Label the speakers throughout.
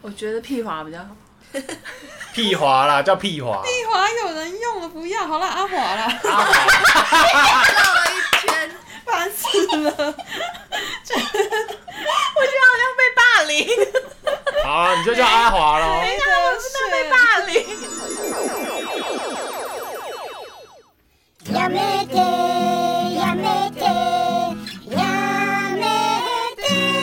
Speaker 1: 我觉得屁滑比较好。
Speaker 2: 屁滑啦，叫屁滑。
Speaker 3: 阿华有人用了，不要，好啦，阿华啦，
Speaker 2: 阿华
Speaker 1: 绕了一圈，
Speaker 3: 烦死了，
Speaker 1: 我觉得好 像被霸凌。
Speaker 2: 好啊，你就叫阿华喽。
Speaker 3: 没
Speaker 1: 那我
Speaker 3: 得
Speaker 1: 不能被
Speaker 3: 选。
Speaker 1: 霸凌。
Speaker 4: やめてやめてやめて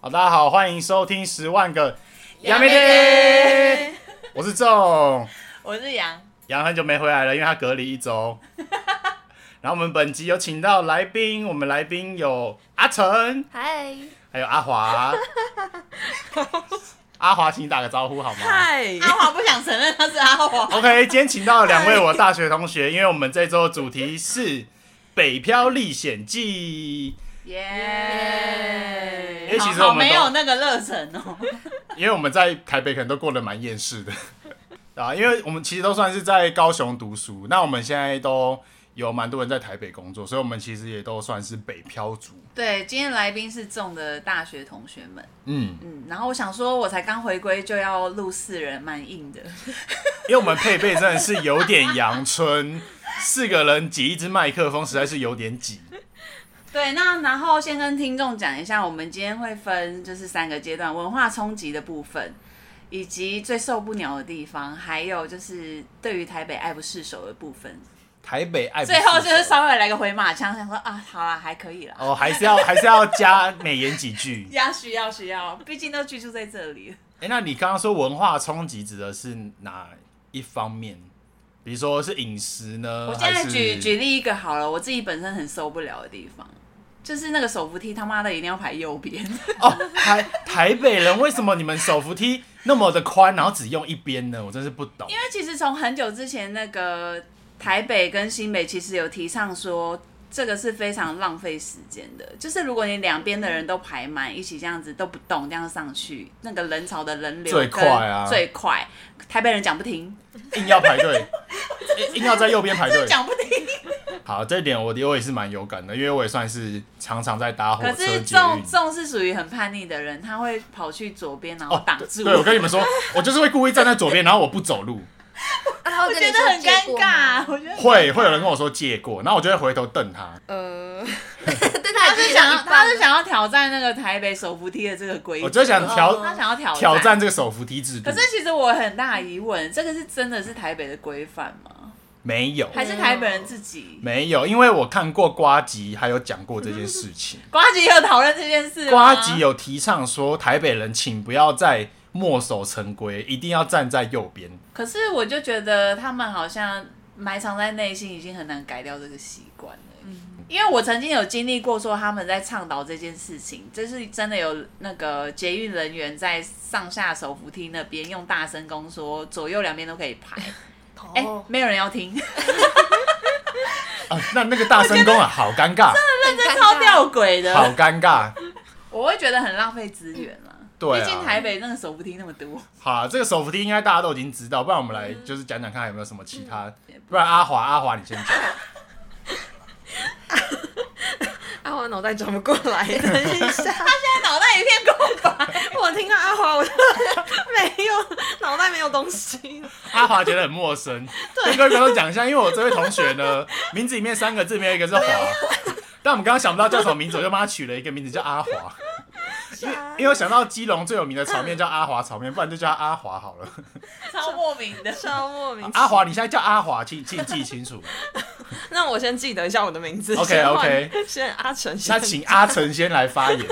Speaker 2: 好，大家好，欢迎收听《十万个
Speaker 1: 杨
Speaker 2: 梅
Speaker 1: 梅
Speaker 2: 爹》，我是仲
Speaker 1: 我是杨，
Speaker 2: 杨，很久没回来了，因为他隔离一 周。然后我们本集有请到来宾，我们来宾有阿成，
Speaker 1: 嗨
Speaker 2: 还有 阿华。阿华，请你打个招呼好吗？
Speaker 1: 嗨，
Speaker 3: 阿华不想承认他是阿华，
Speaker 2: OK，今天请到了两位我大学同学，因为我们这周的主题是《北漂历险记因为
Speaker 1: 耶！
Speaker 2: 哎其实
Speaker 3: 好
Speaker 2: 我们都
Speaker 3: 没有那个热忱哦。》，
Speaker 2: 因为我们在台北可能都过得蛮厌世的 啊，因为我们其实都算是在高雄读书，那我们现在都有蛮多人在台北工作，所以我们其实也都算是北漂族。
Speaker 1: 对，今天来宾是众的大学同学们，
Speaker 2: 嗯，
Speaker 1: 嗯，然后我想说，我才刚回归就要录四人，蛮 硬的。
Speaker 2: 因为我们配备真的是有点阳春， 四个人挤一支麦克风实在是有点挤。
Speaker 1: 对，那然后先跟听众讲一下，我们今天会分就是三个阶段：文化冲击的部分，以及最受不了的地方，还有就是对于台北爱不释手的部分。
Speaker 2: 台北爱不释
Speaker 1: 最
Speaker 2: 手
Speaker 1: 后就是稍微来个回马枪，想说啊，好啦，还可以啦。
Speaker 2: 哦，还是要还是要加美言几句。
Speaker 1: 要需要需要，毕竟都居住在这里。
Speaker 2: 哎、那你刚刚说文化冲击指的是哪一方面？比如说是饮食呢？
Speaker 1: 我现在
Speaker 2: 呃还
Speaker 1: 举
Speaker 2: 是
Speaker 1: 举例一个好了，我自己本身很受不了的地方，就是那个手扶梯他妈的一定要排右边，
Speaker 2: 哦，台台北人为什么你们手扶梯那么的宽，然后只用一边呢？我真是不懂。
Speaker 1: 因为其实从很久之前那个台北跟新北其实有提倡说。这个是非常浪费时间的，就是如果你两边的人都排满，一起这样子都不动，这样上去，那个人潮的人流
Speaker 2: 最快啊
Speaker 1: 跟最快。台北人讲不停，
Speaker 2: 硬要 排队，硬硬要在右边排队。
Speaker 1: 讲不停。
Speaker 2: 好，这一点我我也是蛮有感的，因为我也算是常常在搭火
Speaker 1: 可
Speaker 2: 车
Speaker 1: 是
Speaker 2: 捷运
Speaker 1: 仲。仲是属于很叛逆的人，他会跑去左边，然后
Speaker 2: 哦
Speaker 1: 挡
Speaker 2: 对
Speaker 1: 住。
Speaker 2: 对，我跟你们 说，我就是会故意站在左边，然后我不走路，
Speaker 5: 啊、我
Speaker 1: 我觉得很尴 尬，。我觉得
Speaker 2: 会会有人跟我说借过，然后我就会回头瞪他。
Speaker 5: 呃，
Speaker 1: 对他是想要，他是想要挑战那个台北手扶梯的这个规则，哦
Speaker 2: 我就想挑
Speaker 1: 他想要挑
Speaker 2: 挑战。这个手扶梯制度
Speaker 1: 可，是其实我很大疑问，这个是真的是台北的规范吗？嗯
Speaker 2: 没有，
Speaker 1: 还是台北人自己？
Speaker 2: 没有，因为我看过瓜吉，还有讲过这件事情。
Speaker 1: 瓜吉有讨论这件事吗，
Speaker 2: 瓜吉有提倡说，台北人请不要再墨守成规，一定要站在右边。
Speaker 1: 可是我就觉得他们好像埋藏在内心，已经很难改掉这个习惯了。因为我曾经有经历过，说他们在倡导这件事情，就是真的有那个捷运人员在上下手扶梯那边用大声公说左右两边都可以 排，哎、没有人要 听，
Speaker 2: 啊，那那个大声公啊，好尴尬，
Speaker 5: 认真
Speaker 1: 超吊诡
Speaker 2: 好
Speaker 1: 的，
Speaker 2: 尴尬。
Speaker 1: 我会觉得很浪费资源啦。
Speaker 2: 对啊
Speaker 1: 毕竟台北那个手扶梯那么多，
Speaker 2: 好啦，这个手扶梯应该大家都已经知道，不然我们来就是讲讲看有没有什么其他。
Speaker 1: 嗯
Speaker 2: 不然阿华，阿华你先讲。
Speaker 5: 阿华脑袋转不过来，等一下，
Speaker 1: 现在脑袋一片空白。
Speaker 5: 我听到阿华，我就没有脑袋没有东西了。
Speaker 2: 阿华觉得很 陌生，跟各位观众讲一下，因为我这位同学呢，名字里面三个字没有一 个是华，但我们刚刚想不到叫什么名字，我就帮他取了一个名字叫阿华，因为因为我想到基隆最有名的炒面叫阿华炒面，不然就叫他阿华好了。
Speaker 1: 超莫名的。
Speaker 5: 超莫名 其
Speaker 2: 阿华，你现在叫阿华，请请记清楚。
Speaker 5: 那我先记得一下我的名字。
Speaker 2: OK，
Speaker 5: 先换
Speaker 2: OK
Speaker 5: 先阿成
Speaker 2: 那
Speaker 5: 先。
Speaker 2: 请阿成先来发言。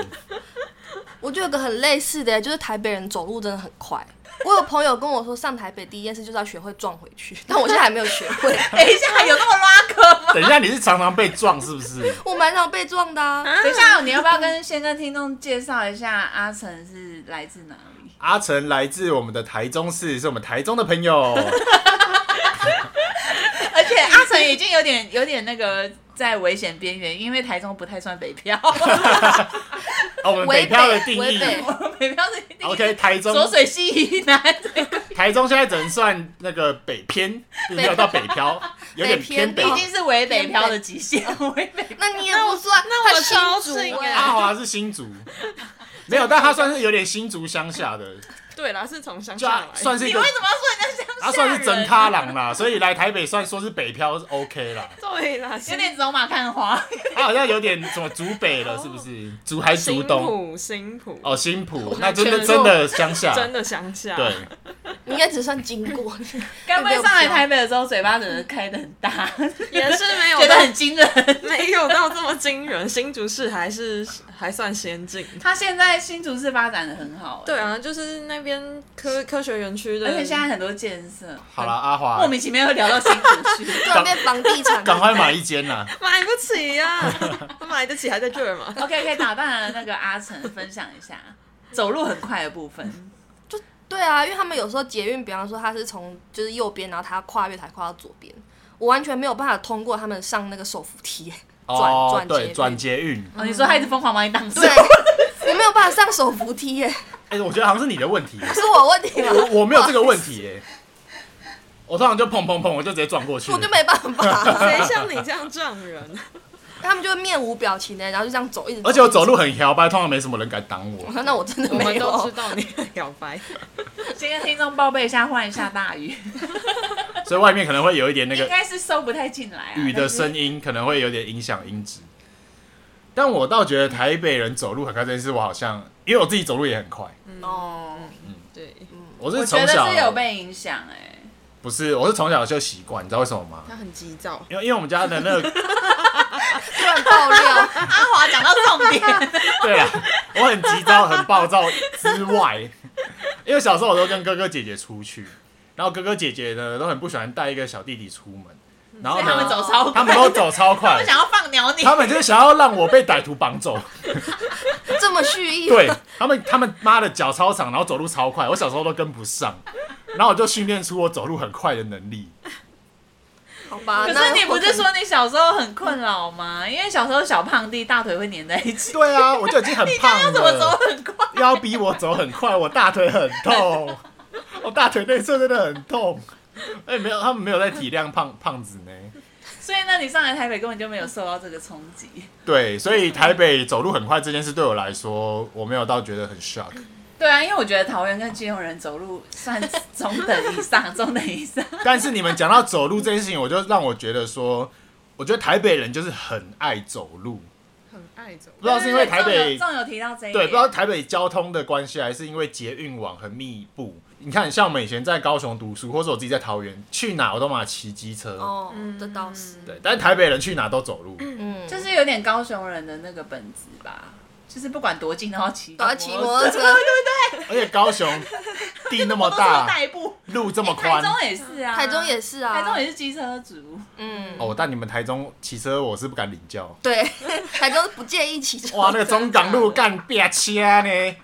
Speaker 6: 我就有个很类似的，就是台北人走路真的很快。我有朋友跟我说，上台北第一件事就是要学会撞回去， 但我现在还没有学会。
Speaker 1: 等一下，有那 么拉科吗？
Speaker 2: 等一下，你是常常被撞是不是？
Speaker 6: 我蛮常被撞的、啊，
Speaker 1: 等一下，你要不要跟先跟听众介绍一下阿成是来自哪里？
Speaker 2: 阿成来自我们的台中市，是我们台中的 朋友。
Speaker 1: 而 且阿成已经有点有点那个在危险边缘，因为台中不太算北 漂，
Speaker 2: 哦，我们北
Speaker 6: 违
Speaker 2: 漂的
Speaker 6: 北
Speaker 2: 定
Speaker 6: 违
Speaker 2: 义。
Speaker 6: 北，
Speaker 1: 我们北漂是一定
Speaker 2: OK，台中
Speaker 1: 浊水 溪以南，对
Speaker 2: 台中现在只能算那个北偏，并没有到北漂。有点
Speaker 6: 北
Speaker 2: 偏
Speaker 6: 偏
Speaker 2: 北
Speaker 1: 已。经是围北漂的极限，围北
Speaker 6: 那你也不算，
Speaker 5: 那我
Speaker 6: 他
Speaker 5: 超
Speaker 6: 新
Speaker 5: 近
Speaker 6: 竹
Speaker 5: 欸
Speaker 6: 哎
Speaker 2: 阿华是新竹，没有，但他算是有点新竹乡 下的，
Speaker 5: 对啦，是从乡
Speaker 2: 就
Speaker 5: 下
Speaker 2: 他
Speaker 5: 来，
Speaker 2: 算是一
Speaker 1: 你
Speaker 2: 个
Speaker 1: 为，什么要说人家啊像？
Speaker 2: 他算是真咖郎啦，所以来台北算说是北漂是 OK 啦。
Speaker 5: 对啦，
Speaker 1: 有点走马看花，
Speaker 2: 他好像有点什么竹北了，是不是？竹还是竹
Speaker 5: 新
Speaker 2: 东？
Speaker 5: 浦新浦，
Speaker 2: 哦，新浦，那
Speaker 5: 完
Speaker 2: 真
Speaker 5: 全
Speaker 2: 的
Speaker 5: 是
Speaker 2: 真的乡下，
Speaker 5: 真的乡下，
Speaker 2: 对，
Speaker 6: 你应该只算经 过，
Speaker 1: 该不会上来台北的时候嘴巴整个开的很大，
Speaker 5: 也是 没有
Speaker 1: 觉得
Speaker 5: 到
Speaker 1: 很惊人。
Speaker 5: 没有到这么惊人，新竹市还是 还算先进。
Speaker 1: 他现在新竹市发展的很好、欸，
Speaker 5: 对，啊，就是那边科科学园区的，
Speaker 1: 而且现在很多建设，
Speaker 2: 好了，阿华
Speaker 1: 莫，名其妙又聊到新竹 去。
Speaker 6: 突然变房地产，
Speaker 2: 赶快买一间啦！
Speaker 5: 买不起呀、买得起还在这儿 吗？
Speaker 1: OK，可以打扮的那个阿成分享一下走路很快的部分。
Speaker 6: 对啊，因为他们有时候捷运，比方说他是从就是右边，然后他要跨越台跨到左边，我完全没有办法通过他们上那个手扶梯，欸
Speaker 2: 哦
Speaker 6: 转，转捷
Speaker 2: 对，
Speaker 6: 运
Speaker 2: 转捷运，
Speaker 1: 哦，你说他一直疯狂把你挡住
Speaker 6: 对，
Speaker 5: 啊
Speaker 6: 我没有办法上手扶梯耶，
Speaker 2: 哎，我觉得好像是你的问题，
Speaker 6: 是我问题吗？
Speaker 2: 我我没有这个问题耶。我通常就砰砰砰，我就直接撞过去了，
Speaker 6: 我就没办法，
Speaker 5: 谁像你这样撞人？
Speaker 6: 他们就面无表情的，然后就这样走，一直
Speaker 2: 而且我走路很摇摆，通常没什么人敢挡我
Speaker 6: 我。说那我真的
Speaker 5: 我
Speaker 6: 没
Speaker 5: 们都
Speaker 6: 有
Speaker 5: 知， 道你很摇摆，
Speaker 1: 先跟听众报备一下，换一下大雨，
Speaker 2: 所以外面可能会有一点那
Speaker 1: 应
Speaker 2: 个
Speaker 1: 该是收不太进来、啊。
Speaker 2: 雨的声音，可能会有点影响音质。但我倒觉得台北人走路很快这件事，我好像因为我自己走路也很快，
Speaker 6: 哦，
Speaker 5: 对，
Speaker 2: 我
Speaker 1: 嗯我
Speaker 2: 是
Speaker 1: 觉
Speaker 2: 从
Speaker 1: 得
Speaker 2: 小啊
Speaker 1: 是有被影响哎、
Speaker 2: 不是，我是从小就习惯，你知道为什么吗？
Speaker 5: 他很急躁。
Speaker 2: 因为因为我们家的那个
Speaker 6: 突然爆料，
Speaker 1: 阿华讲到重点，
Speaker 2: 对啦，我很急躁、很暴躁之外， 因为小时候我都跟哥哥姐姐出去，然后哥哥姐姐呢都很不喜欢带一个小弟弟出门，然
Speaker 1: 嗯哦啊所
Speaker 2: 后
Speaker 1: 以他们
Speaker 2: 呢，
Speaker 1: 走超快，
Speaker 2: 他们都走超快
Speaker 1: 不，想要放鸟你。
Speaker 2: 他们就是想要让我被歹徒绑 走。
Speaker 6: 这么蓄意，
Speaker 2: 对他们，他们妈的脚超长，然后走路超快，我小时候都跟不上，然后我就训练出我走路很快的能力。
Speaker 6: 好吧，
Speaker 1: 可
Speaker 6: 那
Speaker 1: 是你不
Speaker 6: 我
Speaker 1: 是说你小时候很困扰吗？因为小时候小胖弟大腿会粘在一起，
Speaker 2: 对啊，我就已 经很胖
Speaker 1: 他怎么走
Speaker 2: 了，
Speaker 1: 很快？
Speaker 2: 要逼我走很快，我大腿很痛， 我大腿内侧真的很痛。哎、没有，他们没有在体谅胖胖子呢。
Speaker 1: 所以那你上来台北根本就没有受到这个冲击。
Speaker 2: 对，所以台北走路很快这件事对我来说，我没有到觉得很 shock。
Speaker 1: 对啊，因为我觉得桃园跟基隆人走路算中等以上， 中等以上。
Speaker 2: 但是你们讲到走路这件事情，我就让我觉得说，我觉得台北人就是很爱走路，
Speaker 5: 很爱走
Speaker 2: 不知道哦是因为台
Speaker 1: 对对对
Speaker 2: 北
Speaker 1: 仲有仲有提到这一点，
Speaker 2: 对，不知道台北交通的关系，还是因为捷运网很密布。你看，像我们以前在高雄读书，或者我自己在桃园，去哪我都嘛骑机车。
Speaker 6: 哦，
Speaker 1: 嗯
Speaker 6: 这倒是，
Speaker 2: 对，但是台北人去哪都走路。
Speaker 6: 嗯，
Speaker 1: 就是是有点高雄人的那个本质吧，就是不管多近都要骑，
Speaker 6: 都要骑摩托车，
Speaker 2: 而且高雄地那么大，
Speaker 1: 代步。
Speaker 2: 路这么
Speaker 1: 哎台
Speaker 2: 宽。
Speaker 1: 中也是啊，
Speaker 6: 台中也是啊，
Speaker 1: 台中也是机车族，
Speaker 6: 嗯，
Speaker 2: 哦，但你们台中骑车我是不敢领教。
Speaker 6: 对，台中不建议骑车，
Speaker 2: 哇，那个中港路干别车呢，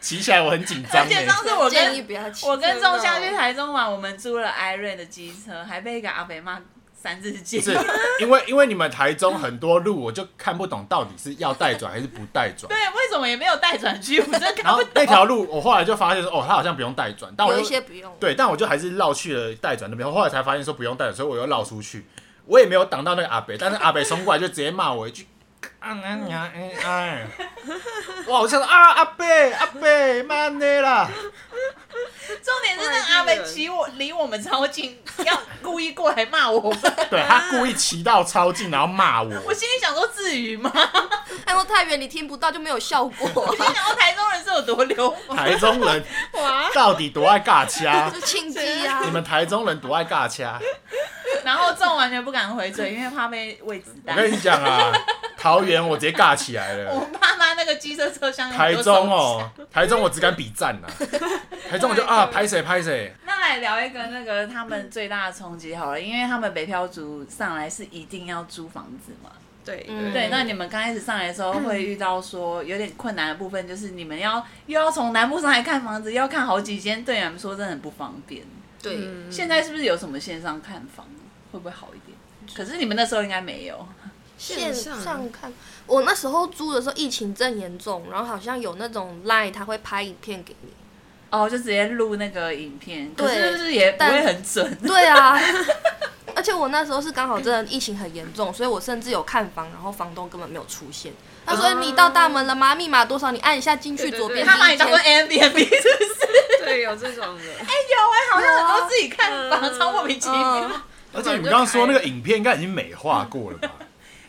Speaker 2: 骑起来我很紧张欸
Speaker 1: 而且上
Speaker 2: 呢。
Speaker 1: 次我
Speaker 6: 建议
Speaker 1: 跟
Speaker 6: 不要骑。
Speaker 1: 我跟仲夏
Speaker 5: 真
Speaker 1: 去
Speaker 5: 的
Speaker 1: 台中玩，我们租了艾瑞的机车，还被一个阿北骂三字经。
Speaker 2: 是因为因为你们台中很多路我就看不懂到底是要带转还是不带转。
Speaker 1: 对，为什么也没有带转区？我真的
Speaker 2: 然
Speaker 1: 看
Speaker 2: 后
Speaker 1: 不
Speaker 2: 那
Speaker 1: 懂。
Speaker 2: 条路我后来就发现说，哦，它好像不用带转，但我
Speaker 6: 有
Speaker 2: 就
Speaker 6: 一些不用，
Speaker 2: 对，但我就还是绕去了待转那边，后来才发现说不用待转，所以我又绕出去，我也没有挡到那个阿北，但是阿北冲过来就直接骂我一句。啊啊啊啊啊！哇，我想说啊，阿北阿北，慢的啦！
Speaker 1: 重点是那个阿北骑我离我们超近，要故意过来骂我们。
Speaker 2: 对他故意骑到超近，然后骂我。
Speaker 1: 我心里想说，至于吗？
Speaker 6: 哎，我太远你听不到就没有效 果
Speaker 1: 我，心里想说，台中人是有多流氓？
Speaker 2: 台中 人到底多爱尬掐？
Speaker 6: 就庆记啊
Speaker 2: 你。们台中人多爱尬掐？
Speaker 1: 然后仲完全不敢回嘴，因为怕被喂子
Speaker 2: 我
Speaker 1: 弹。
Speaker 2: 跟你讲啊，桃园我直接尬起来
Speaker 1: 我
Speaker 2: 了。
Speaker 1: 爸妈那个机车车厢有
Speaker 2: 台
Speaker 1: 哦很多
Speaker 2: 中
Speaker 1: 手
Speaker 2: 哦，台中我只敢比赞呐、台中我就啊，拍谁拍谁。
Speaker 1: 机。那来聊一个那个他们最大的冲击好了，因为他们北漂族上来是一定要租房子嘛。
Speaker 5: 对
Speaker 6: 嗯
Speaker 1: 对，那你们刚开始上来的时候会遇到说有点困难的部分，就是你们要又要从南部上来看房子，又要看好几间，对你们说真的很不方便。
Speaker 6: 对，
Speaker 2: 嗯
Speaker 1: 现在是不是有什么线上看房会不会好一点？可是你们那时候应该没有，
Speaker 2: 嗯
Speaker 6: 线
Speaker 5: 线
Speaker 6: 上
Speaker 5: 上
Speaker 6: 看，我那时候租的时候疫情正严重，然后好像有那种 line 他会拍影片给你。
Speaker 1: 哦，就直接录那个影片，可
Speaker 6: 对
Speaker 1: 是就是也不会
Speaker 6: 但
Speaker 1: 很准。
Speaker 6: 对啊，而且我那时候是刚好真的疫情很严重，所以我甚至有看房，然后房东根本没有出现。他说：“你到大门了吗？密码多少？你按一下进去，
Speaker 5: 对对
Speaker 6: 左
Speaker 5: 对
Speaker 6: 边
Speaker 1: 他把
Speaker 6: 是
Speaker 1: 你
Speaker 6: 一
Speaker 1: 当做
Speaker 6: 间。
Speaker 1: Airbnb 是不是？
Speaker 5: 对，有这种的。
Speaker 1: 啊好像很多自己看房，超莫名其妙。
Speaker 6: 嗯，
Speaker 2: 而且你们刚刚说那个影片应该已经美化过 了吧？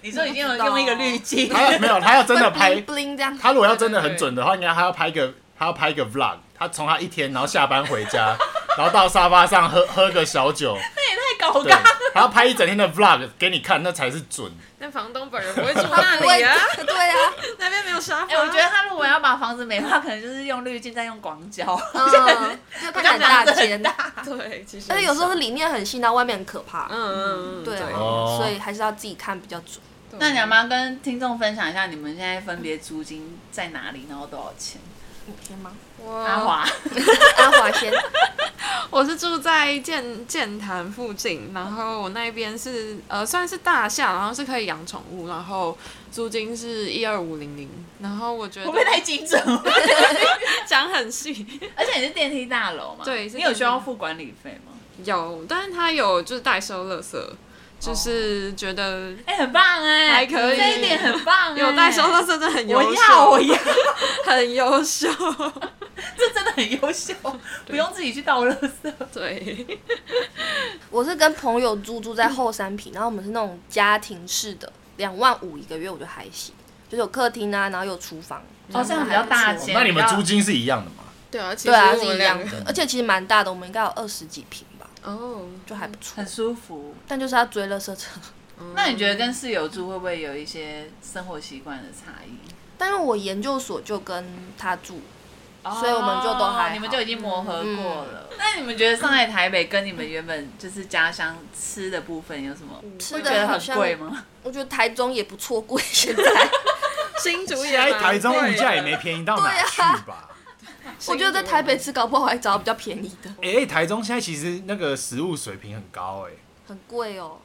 Speaker 1: 你说已经有
Speaker 6: 不知道
Speaker 1: 用一个滤镜，
Speaker 2: 他要没有，他要真的
Speaker 6: 会
Speaker 2: 拍
Speaker 6: bling，bling 这样。
Speaker 2: 他如果要真的很准的话，应该他要拍一个，他要拍一个 vlog。他从他一天，然后下班回家， 然后到沙发上喝喝个小酒，
Speaker 1: 太搞
Speaker 2: 对
Speaker 1: 纲。，
Speaker 2: 他要拍一整天的 vlog 给你看，那才是准。
Speaker 5: 那房东本人不会住那里啊，
Speaker 6: 对对啊，
Speaker 5: 那边没有沙发。
Speaker 1: 哎、我觉得他如果要把房子美化，可能就是用滤镜再用广角。
Speaker 6: 嗯，就看起来很大间，
Speaker 5: 对，其实
Speaker 6: 而且有时候是里面很细，然后外面很可怕。
Speaker 5: 嗯，嗯嗯，
Speaker 6: 对啊，
Speaker 2: 哦
Speaker 6: 所以还是要自己看比较准。
Speaker 5: 对
Speaker 1: 那你要不要跟听众分享一下你们现在分别租金在哪里，然后多少钱？
Speaker 6: 五天吗？
Speaker 5: 我
Speaker 1: 阿华，
Speaker 6: 阿华 先，
Speaker 5: 我是住在剑剑潭附近，然后我那边是呃算是大厦，然后是可以养宠物，然后租金是一二五零零，然后我觉
Speaker 1: 我被
Speaker 5: 得
Speaker 1: 太精 准了，
Speaker 5: 讲很细，
Speaker 1: 而且你是电梯大楼嘛，
Speaker 5: 对是
Speaker 1: 你有需要付管理费吗？
Speaker 5: 有，但是他有就是代收垃圾，就是觉得
Speaker 1: 哎、很棒哎、
Speaker 5: 还可以
Speaker 1: 这一点很棒、哎
Speaker 5: 有代收垃圾真的很优
Speaker 1: 我
Speaker 5: 秀，
Speaker 1: 要我要，
Speaker 5: 很优秀，
Speaker 1: 这 真的很优秀，不用自己去倒垃圾。
Speaker 5: 对，
Speaker 6: 我是跟朋友租住在后山坪，然后我们是那种家庭式的，两万五一个月，我觉得还行，就是有客厅啊，然后有厨房。
Speaker 1: 哦，这样比较大间。
Speaker 2: 那你们
Speaker 1: 比较
Speaker 2: 租金是一样的吗？
Speaker 5: 对啊，其
Speaker 6: 对啊，
Speaker 5: 实
Speaker 6: 是
Speaker 5: 我们
Speaker 6: 一
Speaker 5: 两
Speaker 6: 样
Speaker 5: 个
Speaker 6: 的，而且其实蛮大的，我们应该有二十几平吧，
Speaker 5: 哦，
Speaker 6: 就还不错
Speaker 1: 很。舒服。
Speaker 6: 但就是要追垃圾车，
Speaker 1: 那你觉得跟室友住会不会有一些生活习惯的差异？
Speaker 6: 但是我研究所就跟他住，所以我们就都还好
Speaker 1: 哦你们就已经磨合过了。那你们觉得上海、台北跟你们原本就是家乡吃的部分有什么？
Speaker 6: 吃
Speaker 1: 觉
Speaker 6: 的
Speaker 1: 嗯得
Speaker 6: 好
Speaker 1: 很
Speaker 6: 像
Speaker 1: 贵吗？
Speaker 6: 我觉得台中也不错 贵，现在
Speaker 5: 新竹也
Speaker 2: 现
Speaker 6: 啊
Speaker 2: 在
Speaker 5: 蛮
Speaker 2: 哎台中物价也
Speaker 5: 贵
Speaker 2: 没
Speaker 5: 的，
Speaker 2: 便宜到哪去吧？
Speaker 6: 我觉得在台北吃搞不好还找到比较便宜的，
Speaker 2: 哎、台中现在其实那个食物水平很高哎、
Speaker 6: 很贵哦。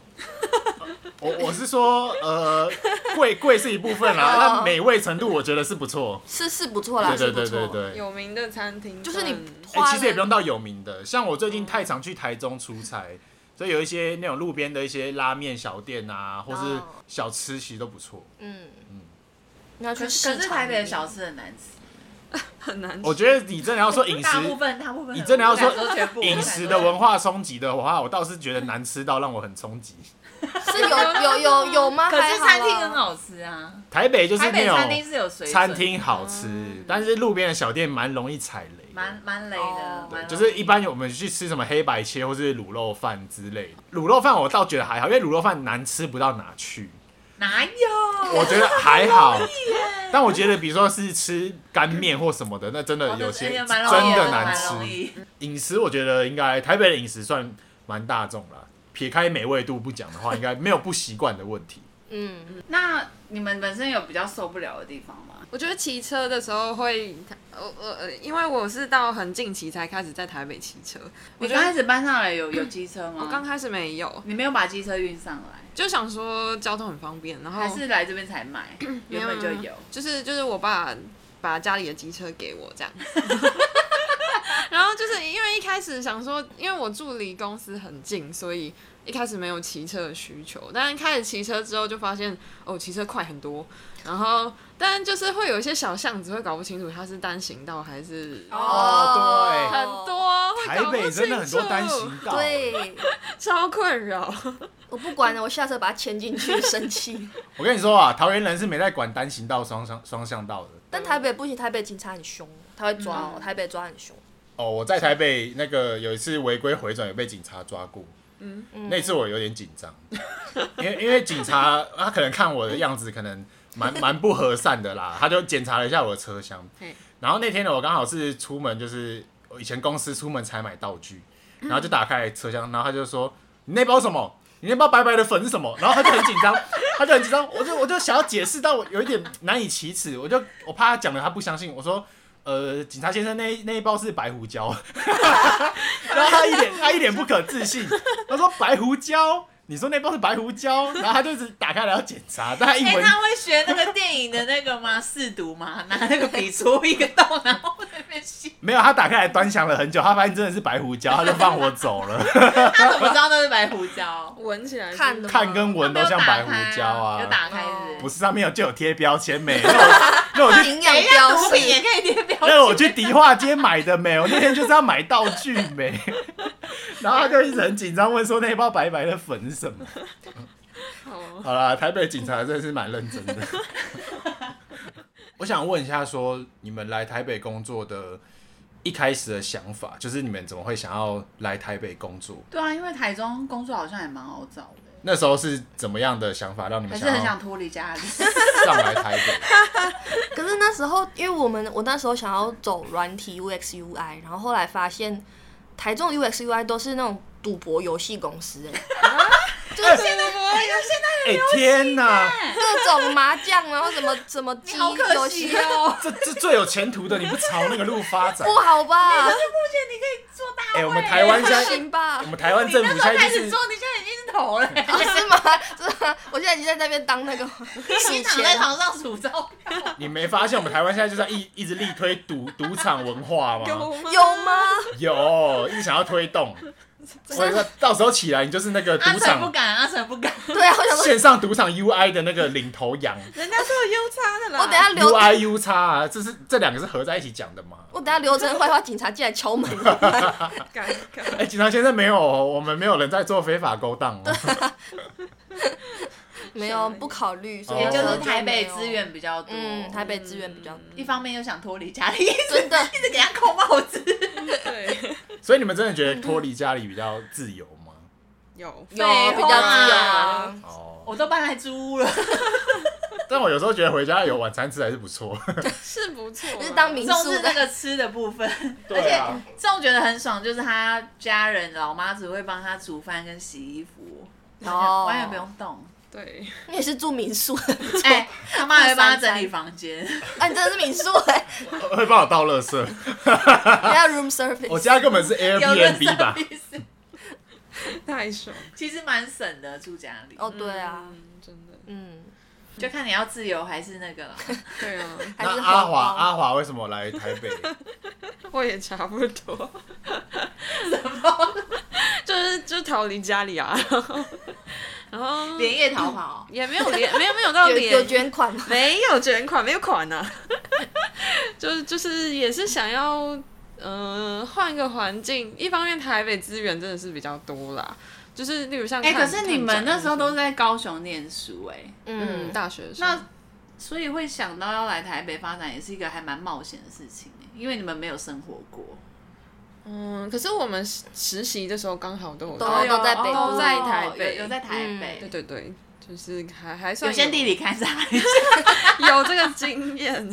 Speaker 2: 我我是说，呃，贵贵是一部分啦，
Speaker 6: 哦
Speaker 2: 但美味程度我觉得是不错。
Speaker 6: 是是不错啦，
Speaker 2: 对
Speaker 6: 是
Speaker 2: 对
Speaker 6: 不
Speaker 2: 对
Speaker 6: 错
Speaker 2: 对。对。
Speaker 5: 有名的餐厅，
Speaker 6: 就是你
Speaker 2: 哎、
Speaker 6: 花
Speaker 2: 其实也不用
Speaker 6: 了
Speaker 2: 到有名的，像我最
Speaker 1: 嗯
Speaker 2: 近太常去台中出差，所以有一些那种路边的一些拉面小店啊，或是
Speaker 6: 哦
Speaker 2: 小吃，其实都不错。
Speaker 6: 嗯
Speaker 2: 嗯
Speaker 6: 你要
Speaker 1: 可
Speaker 6: 去
Speaker 1: 是可
Speaker 6: 市
Speaker 1: 是
Speaker 6: 场
Speaker 1: 台
Speaker 6: 里
Speaker 1: 北的
Speaker 6: 面，
Speaker 1: 小吃很难吃，
Speaker 5: 很难吃。
Speaker 2: 我觉得你真的要说饮
Speaker 1: 嗯
Speaker 2: 食
Speaker 1: 大部分大部分很
Speaker 2: 你真的要说
Speaker 1: 我不敢全部
Speaker 2: 饮食的文化冲击的话，我倒是觉得难吃到让我很冲击。
Speaker 6: 是有有有有吗？
Speaker 1: 我不敢
Speaker 6: 还
Speaker 1: 说可是
Speaker 6: 好
Speaker 1: 餐厅
Speaker 6: 啦
Speaker 1: 很好吃啊，
Speaker 2: 台北就是
Speaker 1: 台
Speaker 2: 那
Speaker 1: 北餐厅
Speaker 2: 种
Speaker 1: 是有水准嗯
Speaker 2: 餐，厅好吃，但是路边的小店蛮容易踩雷的。
Speaker 1: 蛮蛮雷的
Speaker 6: 哦，
Speaker 1: 蛮
Speaker 2: 对，
Speaker 1: 雷
Speaker 2: 就是一般我们去吃什么黑白切或是卤肉饭之类的，卤肉饭我倒觉得还好，因为卤肉饭难吃不到哪去。
Speaker 1: 哪有？
Speaker 2: 我觉得还好，但我觉得比如说是吃干面或什么的，那真的
Speaker 1: 哦
Speaker 2: 有
Speaker 1: 那
Speaker 2: 些
Speaker 1: 也
Speaker 2: 真
Speaker 1: 蛮容易
Speaker 2: 的难
Speaker 1: 蛮容
Speaker 2: 吃。
Speaker 1: 易
Speaker 2: 饮食我觉得应该台北的饮食算蛮大众啦，撇开美味度不讲的话，应该没有不习惯 的问题。
Speaker 6: 嗯，
Speaker 1: 那你们本身有比较受不了的地方吗？
Speaker 5: 我觉得骑车的时候会，呃呃呃，因为我是到很近期才开始在台北骑车，
Speaker 1: 你
Speaker 5: 我
Speaker 1: 刚开
Speaker 5: 始
Speaker 1: 始搬上来有有机车吗？
Speaker 5: 我刚开始没有，
Speaker 1: 你没有把机车运上来，
Speaker 5: 就想说交通很方便，然后
Speaker 1: 还是来这边才 买？原本就
Speaker 5: 没
Speaker 1: 有。
Speaker 5: 就是就是我爸把家里的机车给 我这样。 然后就是因为一开始想说，因为我住离公司很近，所以一开始没有骑车的需求。但是开始骑车之后，就发现哦，骑车快很多。然后，但就是会有一些小巷子会搞不清楚它是单行道还是
Speaker 2: 哦
Speaker 5: 很多，会
Speaker 2: 台
Speaker 5: 搞不
Speaker 2: 北真的很多
Speaker 5: 清楚
Speaker 2: 单行道，
Speaker 6: 对，
Speaker 5: 超困扰。
Speaker 6: 我不管了，我下车把它牵进去，生气。
Speaker 2: 我跟你说啊，桃园人是没在管单行道、双向双向道的。
Speaker 6: 但台北不行，台北警察很凶，他会抓哦，台北抓很凶。
Speaker 2: 哦，我在台北那个有一次违规回转，有被警察抓过。嗯，那次我有点紧张，因为因为警察他可能看我的样子，可能蛮蛮不和善的啦，他就检查了一下我的车厢
Speaker 5: 嘿。
Speaker 2: 然后那天呢，我刚好是出门，就是我以前公司出门才买道具，然后就打开车厢，然后他就说：“你那包什么？你那包白白的粉是什么？”然后他就很紧张，他就很紧张，我就我就想要解释，但我有一点难以启齿，我就我怕他讲了他不相信，我说。呃，警察先生那一那一包是白胡椒， 然后他一脸他一脸不可置信，他说白胡椒，你说那包是白胡椒，然后他就是打开来要检查，但他一
Speaker 1: 哎、
Speaker 5: 啊
Speaker 2: 闻
Speaker 1: 他会学那个电影的那个吗？试读吗？拿那个笔戳一个洞，然后边 洗，
Speaker 2: 没有，他打开来端详了很久，他发现真的是白胡椒，他就放我走了。
Speaker 1: 他怎么知道那是白胡椒？
Speaker 5: 闻起来
Speaker 6: 看的吗
Speaker 2: 看跟闻都像白胡椒
Speaker 1: 有
Speaker 2: 啊，
Speaker 1: 打开是
Speaker 2: 不
Speaker 1: 不是？
Speaker 2: 是上面有就有贴标 签没？那我那我去
Speaker 6: 营养标
Speaker 1: 毒哎品也
Speaker 6: 示，
Speaker 1: 可以贴标
Speaker 2: 那我去迪化街买的没？我那天就是要买道具 没，然后他就一直很紧张问说那一包白白的粉是什么？
Speaker 5: 哦，
Speaker 2: 好啦，台北警察真的是蛮认真的。 我想问一下说你们来台北工作的一开始的想法，就是你们怎么会想要来台北工作？
Speaker 1: 对啊，因为台中工作好像也蛮好找的，
Speaker 2: 那时候是怎么样的想法让你们
Speaker 1: 还
Speaker 2: 想
Speaker 1: 是很想
Speaker 2: 要
Speaker 1: 脱离 家里。
Speaker 2: 上来台北？
Speaker 6: 可是那时候，因为我们我那时候想要走软体 UX UI，然后后来发现台中 UX UI 都是那种赌博游戏公司、哎，就是
Speaker 2: 哎、天哪，
Speaker 6: 各种麻将，然后什么什么机
Speaker 1: 你好可
Speaker 6: 游
Speaker 1: 惜
Speaker 6: 戏，
Speaker 1: 哦！
Speaker 2: 这这最有前途的，你不朝那个路发展？
Speaker 6: 不好吧？
Speaker 1: 做大
Speaker 2: 哎、我们台湾现
Speaker 6: 不
Speaker 2: 在，
Speaker 6: 行吧
Speaker 2: 我？们台湾政府
Speaker 1: 那时
Speaker 2: 现
Speaker 1: 候
Speaker 2: 在
Speaker 1: 开
Speaker 2: 就
Speaker 1: 始
Speaker 2: 是
Speaker 1: 做，你现在已经是头了，
Speaker 6: 不是吗？是吗？我现在已经在那边当那个
Speaker 1: 你
Speaker 6: 数
Speaker 1: 躺在
Speaker 6: 钱了，
Speaker 1: 床上数钞票。
Speaker 2: 你没发现我们台湾现在就是在一一直力推赌赌场文化吗？
Speaker 5: 有吗？
Speaker 6: 有吗？
Speaker 2: 有，一直想要推动。所以说到时候起来，你就是那个
Speaker 1: 阿
Speaker 2: 赌
Speaker 1: 成啊不
Speaker 2: 场
Speaker 1: 敢，阿成不敢。
Speaker 6: 对啊，我想说，
Speaker 2: 线上赌场 UI 的那个领头 羊
Speaker 5: 人家是有优差的啦。
Speaker 6: 我等下刘，
Speaker 2: UI U 叉啊，这是这两个是合在一起讲的吗？
Speaker 6: 我等下刘真坏话，警察进来敲 门，
Speaker 2: 啊
Speaker 5: 尴尬
Speaker 2: 哎、警察先生没有哦，我们没有人在做非法勾当哦。
Speaker 6: 没有
Speaker 2: 啊
Speaker 6: 不考
Speaker 2: 哦
Speaker 6: 虑，所以
Speaker 1: 也就
Speaker 6: 那时候
Speaker 1: 是
Speaker 6: 就
Speaker 1: 台北
Speaker 6: 没有
Speaker 1: 资，源比较多，
Speaker 6: 嗯，台北资源比较多，
Speaker 2: 嗯
Speaker 1: 一方面又想脱离家里，一直
Speaker 6: 真的。
Speaker 1: 一直给他扣帽子，
Speaker 5: 对，
Speaker 2: 所以你们真的觉得脱离家里比较自由吗？
Speaker 5: 有
Speaker 6: 有
Speaker 1: 废
Speaker 6: 比较自由
Speaker 1: 话
Speaker 6: 啊。
Speaker 2: 哦，
Speaker 1: 我都搬来租屋了，
Speaker 2: 但我有时候觉得回家有晚餐吃还是不错。
Speaker 5: 是不错啊，
Speaker 6: 就是当民
Speaker 1: 重
Speaker 6: 宿
Speaker 1: 视那
Speaker 6: 的，
Speaker 1: 个吃的部分。
Speaker 2: 对啊，
Speaker 1: 这种觉得很爽，就是他家人老妈只会帮他煮饭跟洗衣服，完全
Speaker 6: 哦
Speaker 1: 完全不用 动。
Speaker 5: 对，
Speaker 6: 你也是住民宿， 啊，
Speaker 1: 哎，他妈还会帮他整理房 间，
Speaker 6: 你真的是民宿 哎，
Speaker 2: 会帮我倒垃圾。
Speaker 6: 人家 room service。
Speaker 2: 我家根本是
Speaker 1: 有人
Speaker 2: Airbnb 吧？
Speaker 1: service
Speaker 5: 太爽，
Speaker 1: 其实蛮省的住家里，
Speaker 6: 哦，对啊，
Speaker 5: 嗯，真的，
Speaker 6: 嗯，
Speaker 1: 就看你要自由还是那个 了。
Speaker 5: 对 啊，
Speaker 6: 还
Speaker 2: 那
Speaker 6: 是
Speaker 2: 阿华
Speaker 6: 黄包
Speaker 2: 阿华为什么来台北？
Speaker 5: 我也差不多， 就是就逃离家里啊，然后然后
Speaker 1: 连夜逃跑，
Speaker 5: 也没有连没有没有到
Speaker 6: 有
Speaker 5: 连
Speaker 6: 有 捐款吗？
Speaker 5: 没有卷款，没有款呐、啊， 就是就是也是想要，呃，换个环境。一方面台北资源真的是比较多啦，就是例如像
Speaker 1: 哎，
Speaker 5: 看
Speaker 1: 可是你们那时候都是
Speaker 5: 看展
Speaker 1: 在高雄念书，哎，
Speaker 5: 嗯
Speaker 6: 嗯，
Speaker 5: 大学的时候
Speaker 1: 那所以会想到要来台北发展，也是一个还蛮冒险的事情耶，因为你们没有生活过，
Speaker 5: 嗯，可是我们实实习的时候刚好都有
Speaker 6: 都
Speaker 1: 哦
Speaker 5: 到
Speaker 6: 有在北部
Speaker 1: 都在台
Speaker 5: 北
Speaker 1: 有有在台北，
Speaker 5: 对对对，就是还还算
Speaker 1: 有先地
Speaker 5: 有
Speaker 1: 理勘察一下。
Speaker 5: 有这个经验，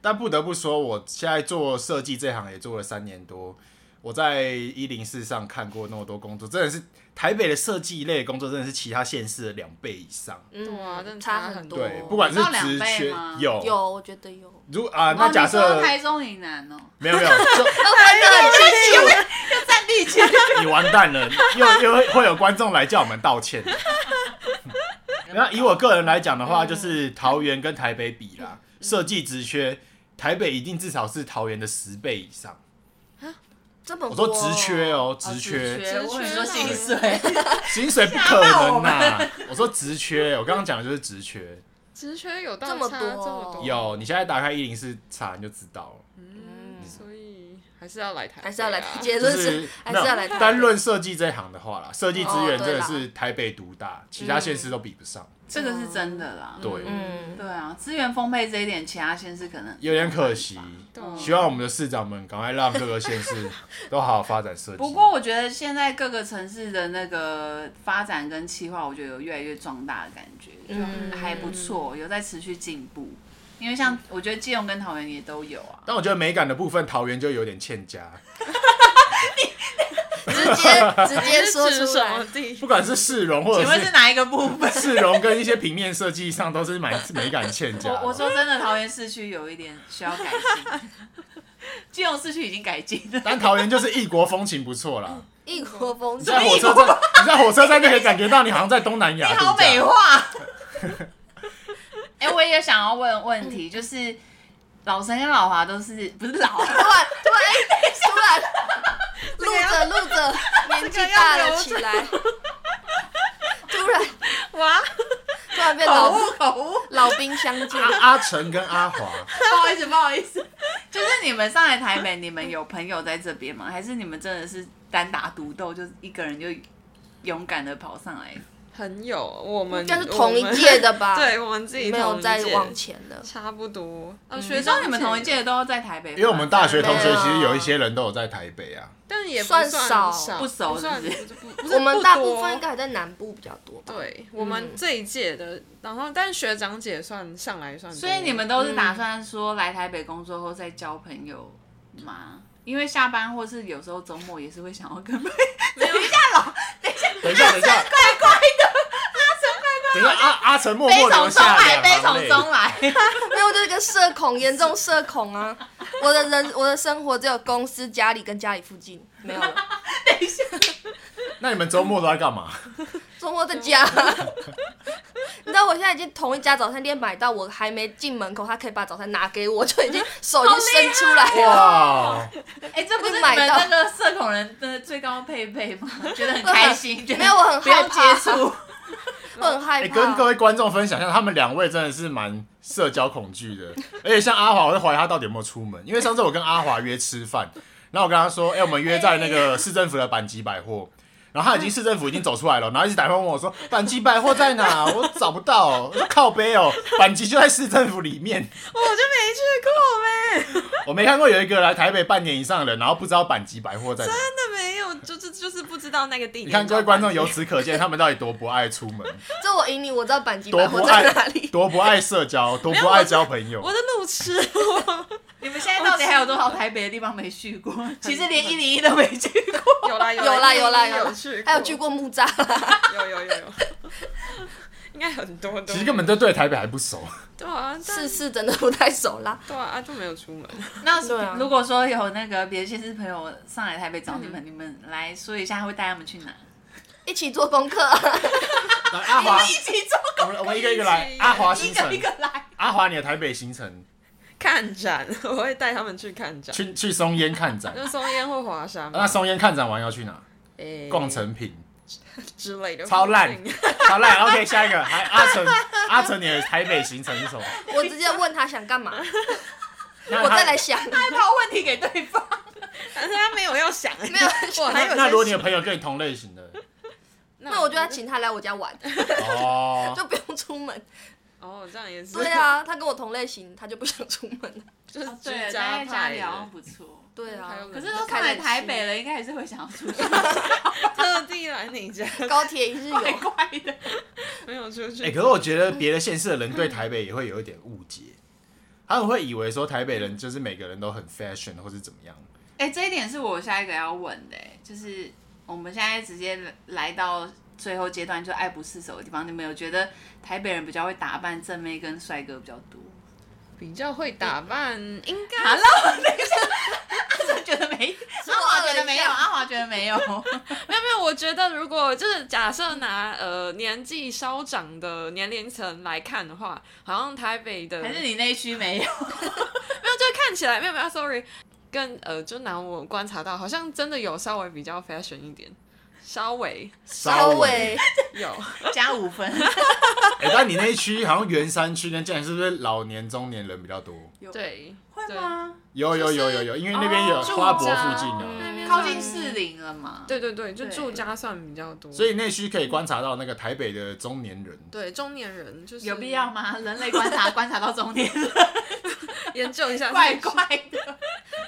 Speaker 2: 但不得不说，我现在做设计这行也做了三年多，我在一零四上看过那么多工作，真的是台北的设计类的工作，真的是其他县市的两倍以上。
Speaker 5: 对啊真的差
Speaker 6: 嗯差
Speaker 5: 很
Speaker 6: 很
Speaker 5: 多
Speaker 6: 多。
Speaker 2: 对，不管是
Speaker 1: 到两
Speaker 2: 职
Speaker 1: 倍
Speaker 2: 缺
Speaker 1: 吗
Speaker 2: 嗯有
Speaker 6: 有，我觉得有。
Speaker 2: 如啊，
Speaker 1: 哦
Speaker 2: 那
Speaker 1: 你
Speaker 2: 假
Speaker 1: 说
Speaker 2: 设
Speaker 1: 台中以南哦，
Speaker 2: 没有没有，就
Speaker 6: 哦，真的很清楚。
Speaker 1: 占地区
Speaker 2: 你完蛋了，又又会会有观众来叫我们道歉。那以我个人来讲的话，就是桃园跟台北比啦，设计职缺，台北一定至少是桃园的十倍以上。
Speaker 6: 这么
Speaker 2: 我
Speaker 6: 多
Speaker 2: 说职缺哦，职
Speaker 1: 缺，
Speaker 2: 缺，
Speaker 1: 我跟你说
Speaker 5: 职缺
Speaker 1: 薪水，
Speaker 2: 薪水不可能
Speaker 1: 吓到
Speaker 2: 呐、我说职缺，我刚刚讲的就是职缺。
Speaker 5: 职缺有到
Speaker 6: 这么
Speaker 5: 差
Speaker 6: 多
Speaker 5: 这么多，
Speaker 2: 有，你现在打开一零四查你就知道了，
Speaker 5: 嗯，所以还是要来台北啊、
Speaker 6: 还是要来，结
Speaker 2: 就
Speaker 6: 论
Speaker 2: 是
Speaker 6: 哎是还是要来
Speaker 2: 没有
Speaker 6: 台北
Speaker 2: 单论设计这行的话啦，设计资源
Speaker 6: 哦
Speaker 2: 真
Speaker 6: 对
Speaker 2: 的
Speaker 6: 啦
Speaker 2: 是台北独大，其他县市都比不上。
Speaker 1: 这个是真的啦。
Speaker 2: 对，
Speaker 6: 嗯，
Speaker 1: 对啊，资源丰沛这一点，其他县市可能
Speaker 2: 有点可惜。
Speaker 5: 对啊
Speaker 2: 希望我们的市长们赶快让各个县市都好好发展设计。
Speaker 1: 不过我觉得现在各个城市的那个发展跟企划，我觉得有越来越壮大的感觉，
Speaker 6: 嗯
Speaker 1: 就还不错，有在持续进步。因为
Speaker 2: 嗯
Speaker 1: 像我觉得基隆跟桃园也都有啊，
Speaker 2: 但我觉得美感的部分，桃园就有点欠佳，
Speaker 6: 直接直接说
Speaker 5: 是
Speaker 6: 出
Speaker 5: 什么
Speaker 6: 来。
Speaker 5: 地
Speaker 2: 不管是市容或
Speaker 1: 请
Speaker 2: 者
Speaker 1: 问是
Speaker 2: 是
Speaker 1: 哪一个部分？
Speaker 2: 市容跟一些平面设计上，都是蛮美感欠佳的。
Speaker 1: 我我说真的，桃园市区有一点需要改进， 基隆市区已经改进了。
Speaker 2: 但桃园就是异国风情不错啦，
Speaker 6: 异国风
Speaker 2: 你
Speaker 6: 情
Speaker 2: 在，火车站，你在火车站就可以感觉到你好像在东南亚
Speaker 1: 你
Speaker 2: 度假。
Speaker 1: 好啊 美化。哎、我也想要问问题，就是老陈跟老华都是不是老，
Speaker 6: 突然突然哎，突然录着录着 年纪大了起来，突然
Speaker 5: 哇，
Speaker 6: 突然变老
Speaker 1: 口误，
Speaker 6: 老兵相见，
Speaker 2: 阿阿成跟阿华，
Speaker 1: 不好意思不好意思，就是你们上来台北，你们有朋友在这边吗？还是你们真的是单打独斗，就是一个人就勇敢的跑上
Speaker 2: 嗯
Speaker 1: 来？
Speaker 5: 很有我们
Speaker 6: 就是同一 届的吧
Speaker 5: 我们对我们自己
Speaker 6: 没
Speaker 5: 同
Speaker 6: 有
Speaker 5: 一
Speaker 6: 再
Speaker 5: 届
Speaker 6: 往前了。
Speaker 5: 差不多。
Speaker 1: 嗯
Speaker 5: 呃，
Speaker 1: 你
Speaker 5: 学
Speaker 1: 说
Speaker 5: 长
Speaker 1: 你们同一届的都在台北吧，
Speaker 2: 因为我们大学同学
Speaker 6: 没有
Speaker 2: 其实有一些人都有在台北啊，
Speaker 5: 但也不
Speaker 6: 算少
Speaker 5: 少，
Speaker 1: 不熟
Speaker 5: 不算
Speaker 1: 是不是
Speaker 5: 不不是
Speaker 6: 我们
Speaker 5: 不
Speaker 6: 大
Speaker 5: 多
Speaker 6: 部分应该还在南部比较多吧？
Speaker 5: 对我们这一届的，然后但学长姐算上来算
Speaker 2: 嗯
Speaker 5: 多，
Speaker 1: 所以你们都是打算说来台北工作后再交朋友吗？因为下班或是有时候周末也是会想要跟 朋友。等一下，老
Speaker 2: 等一下，等一下，怪怪的，阿成怪怪，等一下，阿阿成默 默流下两
Speaker 1: 悲
Speaker 2: 行
Speaker 1: 从
Speaker 2: 泪，
Speaker 1: 中来，悲从中来。
Speaker 6: 没有，就是跟社恐，严重社恐啊！我的人，我的生活只有公司、家里跟家里附近，没有了。
Speaker 2: 那你们周末都在干嘛？
Speaker 6: 周末 在家，你知道我现在已经同一家早餐店买到，我还没进门口，他可以把早餐拿给我，就已经手已经伸出来
Speaker 1: 哦
Speaker 6: 了。
Speaker 2: 哇，
Speaker 1: 哎、这不 是你们那个社恐人的最高配备吗？觉得很开 心，觉得
Speaker 6: 没有我很
Speaker 1: 不要
Speaker 6: 害
Speaker 1: 接
Speaker 6: 怕
Speaker 1: 触。
Speaker 6: 我很害
Speaker 2: 哎，
Speaker 6: 怕。
Speaker 2: 跟各位观众分享一下，他们两位真的是蛮社交恐惧 的，而且像阿华，我在怀疑他到底有没有出门，因为上次我跟阿华约吃饭，然后我跟他说，哎，我们约在那个市政府的板级百 货。然后他已经市政府已经走出来了，然后一直打电话问我说：“板级百货在哪？我找不到。”我说：“靠背哦，板级就在市政府里面。”
Speaker 5: 我就没去过呗，
Speaker 2: 我没看过有一个来台北半年以上的人，然后不知道板级百货在哪。
Speaker 5: 真的没有，就是就是不知道那个地点。
Speaker 2: 你看各位观众，由此可见，他们到底多不爱出门，
Speaker 6: 这我赢你，我知道板机
Speaker 2: 多
Speaker 6: 百
Speaker 2: 不
Speaker 6: 货在哪
Speaker 2: 爱
Speaker 6: 里，。
Speaker 2: 多不爱社交，多不爱交朋友
Speaker 5: 我。的路痴，我
Speaker 1: 你们现在到底还有多少台北的地方没去过？哦其实连一零一都没去过。
Speaker 5: 有啦
Speaker 6: 有
Speaker 5: 啦
Speaker 6: 啦有啦
Speaker 5: 啊有
Speaker 6: 有
Speaker 5: 去，
Speaker 6: 还有去，过木栅啦，
Speaker 5: 有有有有，应该很多都
Speaker 2: 其实根本都对台北还不熟。
Speaker 5: 对啊，但
Speaker 6: 是是真的不太熟啦。
Speaker 5: 对啊啊就没有出门。
Speaker 1: 那
Speaker 6: 对啊
Speaker 1: 如果说有那个别的县市朋友上来台北找你们，你们来说一下会带他们去哪？
Speaker 6: 一起做功课，啊
Speaker 2: 来，阿华，
Speaker 1: 起做
Speaker 2: 我们我们一个一个来
Speaker 5: 一。起
Speaker 2: 阿华
Speaker 1: 一
Speaker 2: 行
Speaker 1: 个
Speaker 2: 程
Speaker 1: 一，个来。
Speaker 2: 阿华你的台北行程，
Speaker 5: 看展，我会带他们去看展，
Speaker 2: 去去松烟看展。
Speaker 5: 就松烟或华山嘛
Speaker 2: 那，松烟看展完要去哪？
Speaker 5: 诶
Speaker 2: 呃逛成品，
Speaker 5: 之类的，
Speaker 2: 超烂
Speaker 5: 附近
Speaker 2: 好嘞，OK，下一个，还阿成， 阿成你的台北行程是什么？
Speaker 6: 我直接问他想干嘛，
Speaker 2: 那
Speaker 6: 我
Speaker 2: 他
Speaker 6: 再来想。
Speaker 1: 抛问题给对方。
Speaker 5: 但是他没有要想，没
Speaker 6: 有
Speaker 5: 我 还有
Speaker 2: 那
Speaker 5: 在
Speaker 2: 如果你的朋友跟你同类型的，
Speaker 6: 那我就要请他来我家玩，
Speaker 2: 哦，
Speaker 6: 就不用出门。
Speaker 5: 哦，这样也是，
Speaker 6: 对，啊，他跟我同类型，他就不想出门了。
Speaker 5: 就是 居
Speaker 1: 哦对，
Speaker 5: 家
Speaker 1: 待在家
Speaker 5: 派
Speaker 1: 里好像
Speaker 5: 的，
Speaker 1: 不错。
Speaker 6: 对啊
Speaker 5: 还有，
Speaker 1: 可
Speaker 5: 可
Speaker 1: 是
Speaker 5: 是
Speaker 1: 都
Speaker 5: 都
Speaker 1: 上
Speaker 6: 上
Speaker 1: 来
Speaker 6: 来
Speaker 1: 台
Speaker 6: 台
Speaker 1: 北
Speaker 6: 北
Speaker 1: 了，应该还是会想要出去，
Speaker 5: 特地来你家，
Speaker 6: 高铁一日
Speaker 1: 怪
Speaker 6: 游，
Speaker 1: 怪的。
Speaker 5: 没有出去。
Speaker 2: 哎、可是我觉得别的县市的人对台北也会有一点误解，他们会以为说台北人就是每个人都很 fashion 或是怎么样。
Speaker 1: 哎、这一点是我下一个要问的、就是我们现在直接来到最后阶段，就爱不释手的地方，你们有觉得台北人比较会打扮，正妹跟帅哥比较多？
Speaker 5: 比较会打扮，应该
Speaker 1: Hello，等一下，阿哲觉得 没，阿华觉得没有，阿华觉得没 有。
Speaker 5: 没有没有。我觉得如果就是假设拿呃年纪稍长的年龄层来看的话，好像台北的
Speaker 1: 还是你那一区没有？
Speaker 5: 没有，就看起来没有没有，sorry，跟呃，就拿我观察到，好像真的有稍微比较 fashion 一点，稍微
Speaker 2: 稍
Speaker 6: 微
Speaker 5: 有，
Speaker 1: 加五分，
Speaker 2: 哎、但你那一区好像圆山区那竟然是不是老年中年人比较多？
Speaker 5: 对，
Speaker 1: 会吗？
Speaker 2: 有有有有有，因为那边有
Speaker 1: 就是哦嗯
Speaker 2: 花博附近
Speaker 5: 住
Speaker 2: 啊，
Speaker 5: 家
Speaker 1: 靠近士林了嘛？
Speaker 5: 对对对，就
Speaker 1: 对
Speaker 5: 住家算比较多，
Speaker 2: 所以那区可以观察到那个台北的中年人。
Speaker 5: 对中年人就是
Speaker 1: 有必要吗？人类观察观察到中 年了，
Speaker 5: 研究一下，
Speaker 1: 怪怪 的。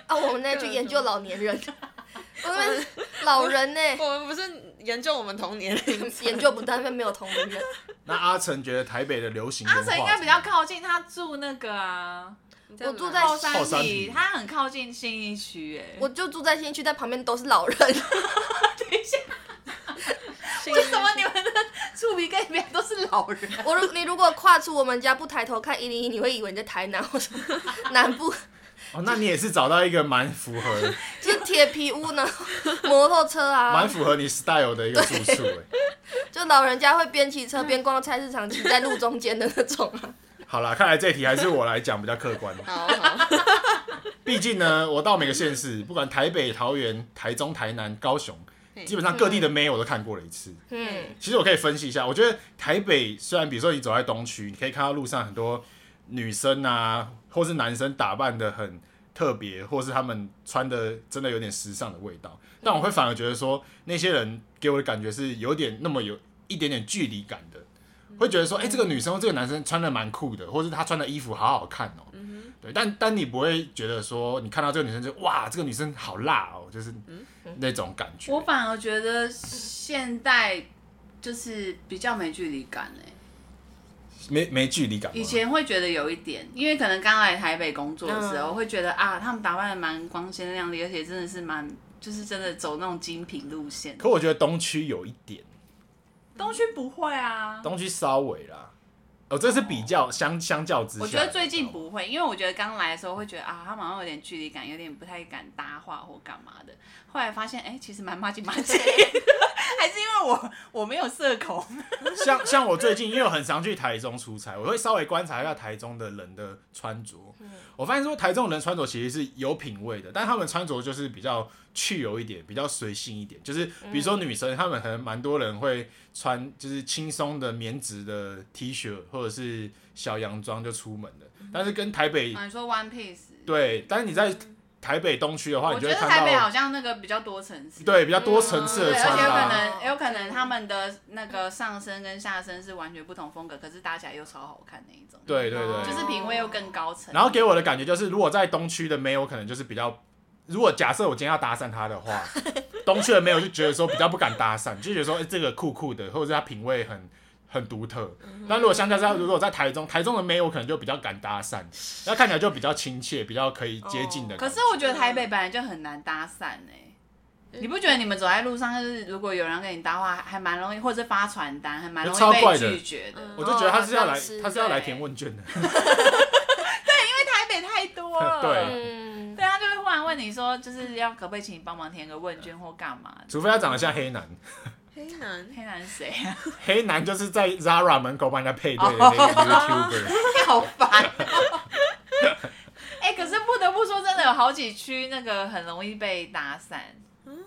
Speaker 6: 啊，我们那去研究老年人， 我们老人呢、
Speaker 5: 我们不是研究我们同年龄，
Speaker 6: 研究不到，因为没有同龄人。
Speaker 2: 那阿成觉得台北的流行文化
Speaker 1: 阿
Speaker 2: 怎么
Speaker 1: 成
Speaker 2: 样，
Speaker 1: 应该比较靠近，他住那个啊，
Speaker 6: 我住在
Speaker 1: 后
Speaker 2: 后
Speaker 1: 山
Speaker 2: 山
Speaker 1: 里，
Speaker 2: 里
Speaker 1: 他很靠近信义区，哎，
Speaker 6: 我就住在新区，但旁边都是老人，
Speaker 1: 为什么你们的触鼻跟里面都是老人？
Speaker 6: 我如你如果跨出我们家不抬头看一零一，你会以为你在台南或 什么南部，
Speaker 2: 哦，那你也是找到一个蛮符 合、
Speaker 6: 就是铁皮屋呢， 摩托车
Speaker 2: 蛮
Speaker 6: 啊，
Speaker 2: 符合你 style 的一个住处、哎
Speaker 6: 就老人家会边骑车边逛菜市场，骑在路中间的那种啊。
Speaker 2: 好啦，看来这一题还是我来讲比较客观。
Speaker 5: 好好，
Speaker 2: 毕竟呢，我到每个县市，不管台北、桃园、台中、台南、高雄，基本上各地的妹我都看过了一次。
Speaker 6: 嗯，
Speaker 2: 其实我可以分析一下，我觉得台北虽然比如说你走在东区，你可以看到路上很多女生啊，或是男生打扮的很特别，或是他们穿的真的有点时尚的味道，但我会反而觉得说那些人给我的感觉是有点那么有一点点距离感的，会觉得
Speaker 1: 嗯
Speaker 2: 说，哎、这个女生或这个男生穿的蛮酷的，或是他穿的衣服好好看哦、
Speaker 1: 嗯
Speaker 2: 对，但但你不会觉得说，你看到这个女生就哇，这个女生好辣哦、就是那种感
Speaker 1: 嗯
Speaker 2: 觉。
Speaker 1: 我反而觉得现代就是比较没距离感哎、
Speaker 2: 没没距离感吗。
Speaker 1: 以前会觉得有一点，因为可能刚来台北工作的时候，会觉得啊，他们打扮的蛮光鲜亮丽，而且真的是蛮，就是真的走那种精品路线。
Speaker 2: 可我觉得东区有一点，
Speaker 1: 东区不会啊，
Speaker 2: 东区稍微啦，哦，这是比较相相较之下，
Speaker 1: 我觉得最近不会，因为我觉得刚来的时候会觉得啊，他们好像有点距离感，有点不太敢搭话或干嘛的。后来发现，哎、其实蛮麻吉麻吉， 还是因为我我没有社恐。
Speaker 2: 像像我最近因为我很常去台中出差，我会稍微观察一下台中的人的穿着。
Speaker 1: 嗯
Speaker 2: 我发现说台中人穿着其实是有品味的，但他们穿着就是比较去油一点，比较随性一点。就是比如说
Speaker 1: 嗯
Speaker 2: 女生，她们可能蛮多人会穿就是轻松的棉质的 T 恤或者是小洋装就出门的，但是跟台北
Speaker 1: 啊，你说 One Piece，
Speaker 2: 对，但是你在台北东区的话，
Speaker 1: 我
Speaker 2: 你
Speaker 1: 觉
Speaker 2: 就
Speaker 1: 得
Speaker 2: 会看
Speaker 1: 台北
Speaker 2: 到
Speaker 1: 好像那个比较多层次。
Speaker 2: 对比较多层次
Speaker 1: 哦对，
Speaker 2: 的
Speaker 1: 而
Speaker 2: 穿
Speaker 1: 且有可
Speaker 2: 搭。
Speaker 1: 能有可能他们的那个上身跟下身是完全不同风格，可是搭起来又超好看那一种。，
Speaker 2: 对对对，
Speaker 1: 哦就是品味又更高层。
Speaker 2: 然后给我的感觉就是，如果在东区的没有，可能就是比较，如果假设我今天要搭讪他 的话，东区的没有就觉得说比较不敢搭讪，就觉得说、欸、这个酷酷的，或者是他品味很很独特。
Speaker 1: 嗯
Speaker 2: 但如果相较之下，如果在台中，台中的没有可能就比较敢搭讪，那看起来就比较亲切，比较可以接近的
Speaker 1: 哦可
Speaker 2: 感
Speaker 1: 是
Speaker 2: 觉。
Speaker 1: 我觉得台北本来就很难搭讪哎、你不觉得你们走在路上，就是如果有人跟你搭话，还还蛮容易，或者发传单，还蛮容
Speaker 2: 超
Speaker 1: 易
Speaker 2: 怪
Speaker 1: 被
Speaker 2: 的
Speaker 1: 拒绝的。
Speaker 2: 我就觉得他是要来，
Speaker 6: 哦是
Speaker 2: 他是要来填问卷的。
Speaker 1: 台北太多了，
Speaker 2: 对，
Speaker 6: 嗯，
Speaker 1: 对，他啊就会忽然问你说，就是要可不可以请你帮忙填个问卷或干嘛的？
Speaker 2: 除非他长得像黑男，
Speaker 5: 黑男
Speaker 1: 黑男是谁啊？
Speaker 2: 黑男就是在 Zara 门口帮人家配对的 那个 YouTuber。
Speaker 1: 好烦、哦 哎、可是不得不说，真的有好几区那个很容易被搭讪，
Speaker 5: 嗯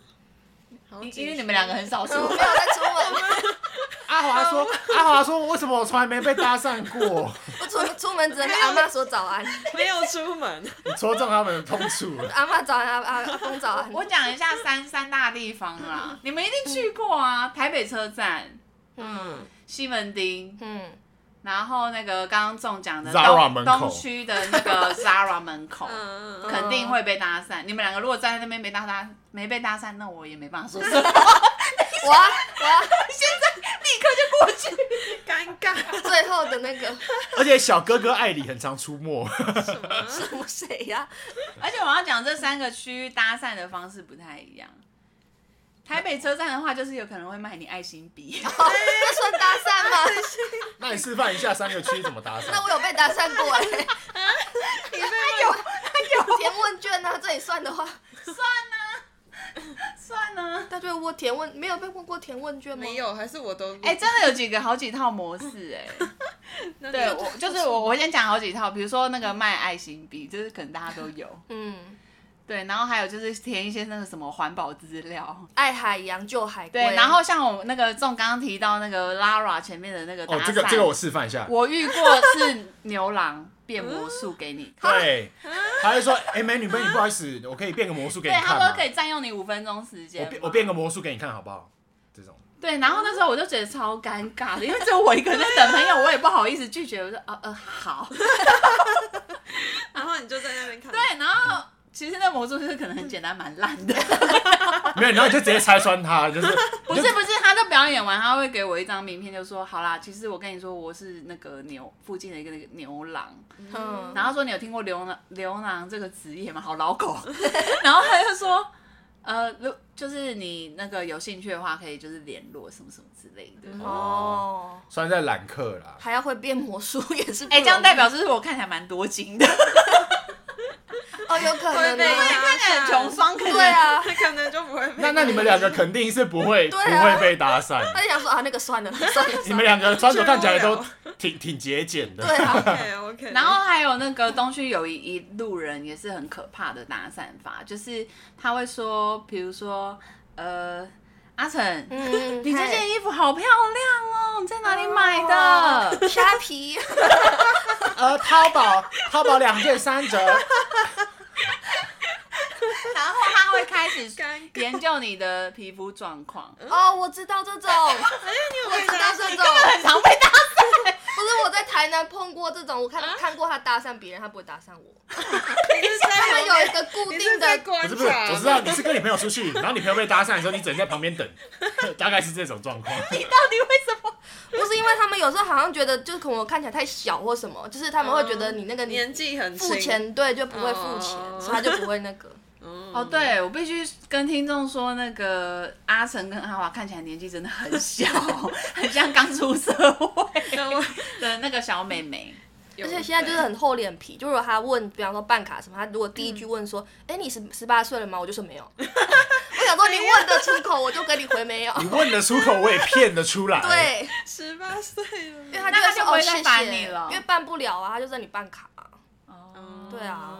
Speaker 5: 好
Speaker 1: 因
Speaker 5: 几
Speaker 1: 因为你们两个很 少数。
Speaker 6: 我没有在出门，
Speaker 2: 阿华说，阿华说，为什么我从来没被搭讪过？
Speaker 6: 我出出门只能跟阿妈说早安，
Speaker 5: 没有出门，
Speaker 2: 戳中他们的痛处了。
Speaker 6: 阿妈早安，阿阿阿公早安，
Speaker 1: 我讲一下三三大地方
Speaker 5: 嗯
Speaker 1: 啦，你们一定去过啊，台北车站、
Speaker 6: 嗯
Speaker 1: 西门町，
Speaker 6: 嗯，
Speaker 1: 然后那个刚刚中奖的
Speaker 2: Zara
Speaker 1: 东
Speaker 2: 门口
Speaker 1: 东区的那个 Zara 门口，
Speaker 5: 嗯嗯
Speaker 1: 肯定会被搭讪。你们两个如果站在那边没搭搭没被搭讪，那我也没办法说什么，
Speaker 6: 我啊我啊
Speaker 1: 立刻就过去。
Speaker 5: 嗯，尴尬，
Speaker 6: 最后的那个
Speaker 2: 而且小哥哥艾里很常出没，
Speaker 6: 什么谁呀？
Speaker 1: 而且我要讲这三个区域搭讪的方式不太一样。台北车站的话，就是有可能会卖你爱心笔，
Speaker 6: 哦这算搭讪吗？
Speaker 2: 那你示范一下三个区怎么搭
Speaker 6: 那
Speaker 2: 讪？
Speaker 6: 我有被搭讪过哎，你 有有填问卷啊呢？这也算的话，
Speaker 1: 算呢、
Speaker 6: 大对我填问没有被问过填问卷吗？
Speaker 5: 没，有，还是我都
Speaker 1: 哎、真的有几个好几套模式哎、对我就是我，我先讲好几套，比如说那个卖爱心笔，就是可能大家都有。
Speaker 6: 嗯，
Speaker 1: 对，然后还有就是填一些那个什么环保资料。
Speaker 6: 爱海洋救海龟，
Speaker 1: 对，然后像我那个仲刚刚提到那个 Lara 前面的那个搭
Speaker 2: 哦
Speaker 1: 讪、，
Speaker 2: 这个这个我示范一下。，
Speaker 1: 我遇过是牛郎变魔术给你
Speaker 2: 对，他会说：“哎，美女，美女，不好意思，我可以变个魔术给
Speaker 1: 对
Speaker 2: 你
Speaker 1: 他
Speaker 2: 看
Speaker 1: 说
Speaker 2: 吗
Speaker 1: 可以占用你五分钟时间
Speaker 2: 我
Speaker 1: 嘛。
Speaker 2: 变我变个魔术给你看好不好？”这种
Speaker 1: 对，然后那时候我就觉得超尴尬的，因为只有我一个人在等
Speaker 6: 啊
Speaker 1: 朋友，我也不好意思拒绝，我说啊呃好。
Speaker 5: 然后你就在那边看，
Speaker 1: 对，然后其实那魔术师可能很简单，蛮烂 的。
Speaker 2: 没有，然后你就直接拆穿他， 就是
Speaker 1: 不是不是，他都表演完，他会给我一张名片，就说好啦，其实我跟你说，我是那个牛附近的一个那个牛郎，
Speaker 6: 嗯，
Speaker 1: 然后说你有听过牛郎牛郎这个职业吗？好老狗， 然后他就说，呃，如就是你那个有兴趣的话，可以就是联络什么什么之类的。
Speaker 2: 哦，
Speaker 6: 哦，
Speaker 2: 算在揽客啦。
Speaker 6: 还要会变魔术也是不容
Speaker 1: 哎、
Speaker 6: 易，
Speaker 1: 这样代表就是我看起来蛮多金的，
Speaker 6: 哦，有可
Speaker 5: 会
Speaker 6: 能
Speaker 5: 被
Speaker 6: 哦，
Speaker 1: 看起来很穷酸，可能
Speaker 6: 对，啊，
Speaker 5: 他可能就不会被
Speaker 2: 那那你们两个肯定是不会不
Speaker 6: 对啊
Speaker 2: 会被搭讪，
Speaker 1: 哎
Speaker 6: 他就想说啊，那个算了，算了，
Speaker 2: 你
Speaker 6: 算
Speaker 2: 们
Speaker 6: 了。
Speaker 2: 两个穿着看起来都挺挺节俭的。
Speaker 6: 对啊，
Speaker 5: OK 哎 OK，
Speaker 1: 然后还有那个东区有一一路人也是很可怕的搭讪法，就是他会说，比如说，呃，阿成，
Speaker 6: 嗯，
Speaker 1: 你这件衣服好漂亮哦，你在哪里买的？
Speaker 6: 嗨虾皮，
Speaker 2: 呃，淘宝淘宝两件三 折，
Speaker 1: 然后他会开始
Speaker 5: 尴尬
Speaker 1: 研究你的皮肤状况。
Speaker 6: 哦，我知道这种，我知道这种，
Speaker 1: 很常被搭
Speaker 6: 不是我在台南碰过这种，我看看过他搭讪别人，他不会搭讪我，
Speaker 5: 你是在
Speaker 6: 他们有 一个固
Speaker 5: 你
Speaker 6: 定
Speaker 5: 是
Speaker 6: 的
Speaker 5: 在观
Speaker 2: 不
Speaker 5: 察，
Speaker 2: 是不是，我知道你是跟你朋友出去，然后你朋友被搭讪的时候，你只能在旁边 等，大概是这种状况。
Speaker 6: 不是因为他们有时候好像觉得，就是可能我看起来太小或什么，就是他们会觉
Speaker 1: 嗯
Speaker 6: 得你那个
Speaker 5: 年
Speaker 6: 你
Speaker 5: 纪很轻
Speaker 6: 付， 钱对就不会付钱，
Speaker 5: 哦
Speaker 6: 所以他就不会那 个。
Speaker 1: 哦，对我必须跟听众说，那个阿成跟阿华看起来年纪真的很小， 很像刚出社会
Speaker 5: 对我
Speaker 1: 的那个小妹妹。
Speaker 5: 有
Speaker 6: 而且现在就是很厚脸皮，就如果他问，比方说办卡什么，他如果第
Speaker 1: 嗯
Speaker 6: 一句问说：“哎、你十十八岁了吗？”我就说没 有。我想说你问得出口，我就给你回 没有。
Speaker 2: 你问得出口，我也骗得出来。，
Speaker 6: 对，
Speaker 5: 十八岁了，
Speaker 6: 因为他
Speaker 1: 那他
Speaker 6: 会说
Speaker 1: 就不会
Speaker 6: 哦
Speaker 1: 再
Speaker 6: 谢
Speaker 1: 烦
Speaker 6: 谢
Speaker 1: 你了
Speaker 6: 因为办不了啊，他就在你办卡啊、
Speaker 1: 哦，
Speaker 6: 对啊，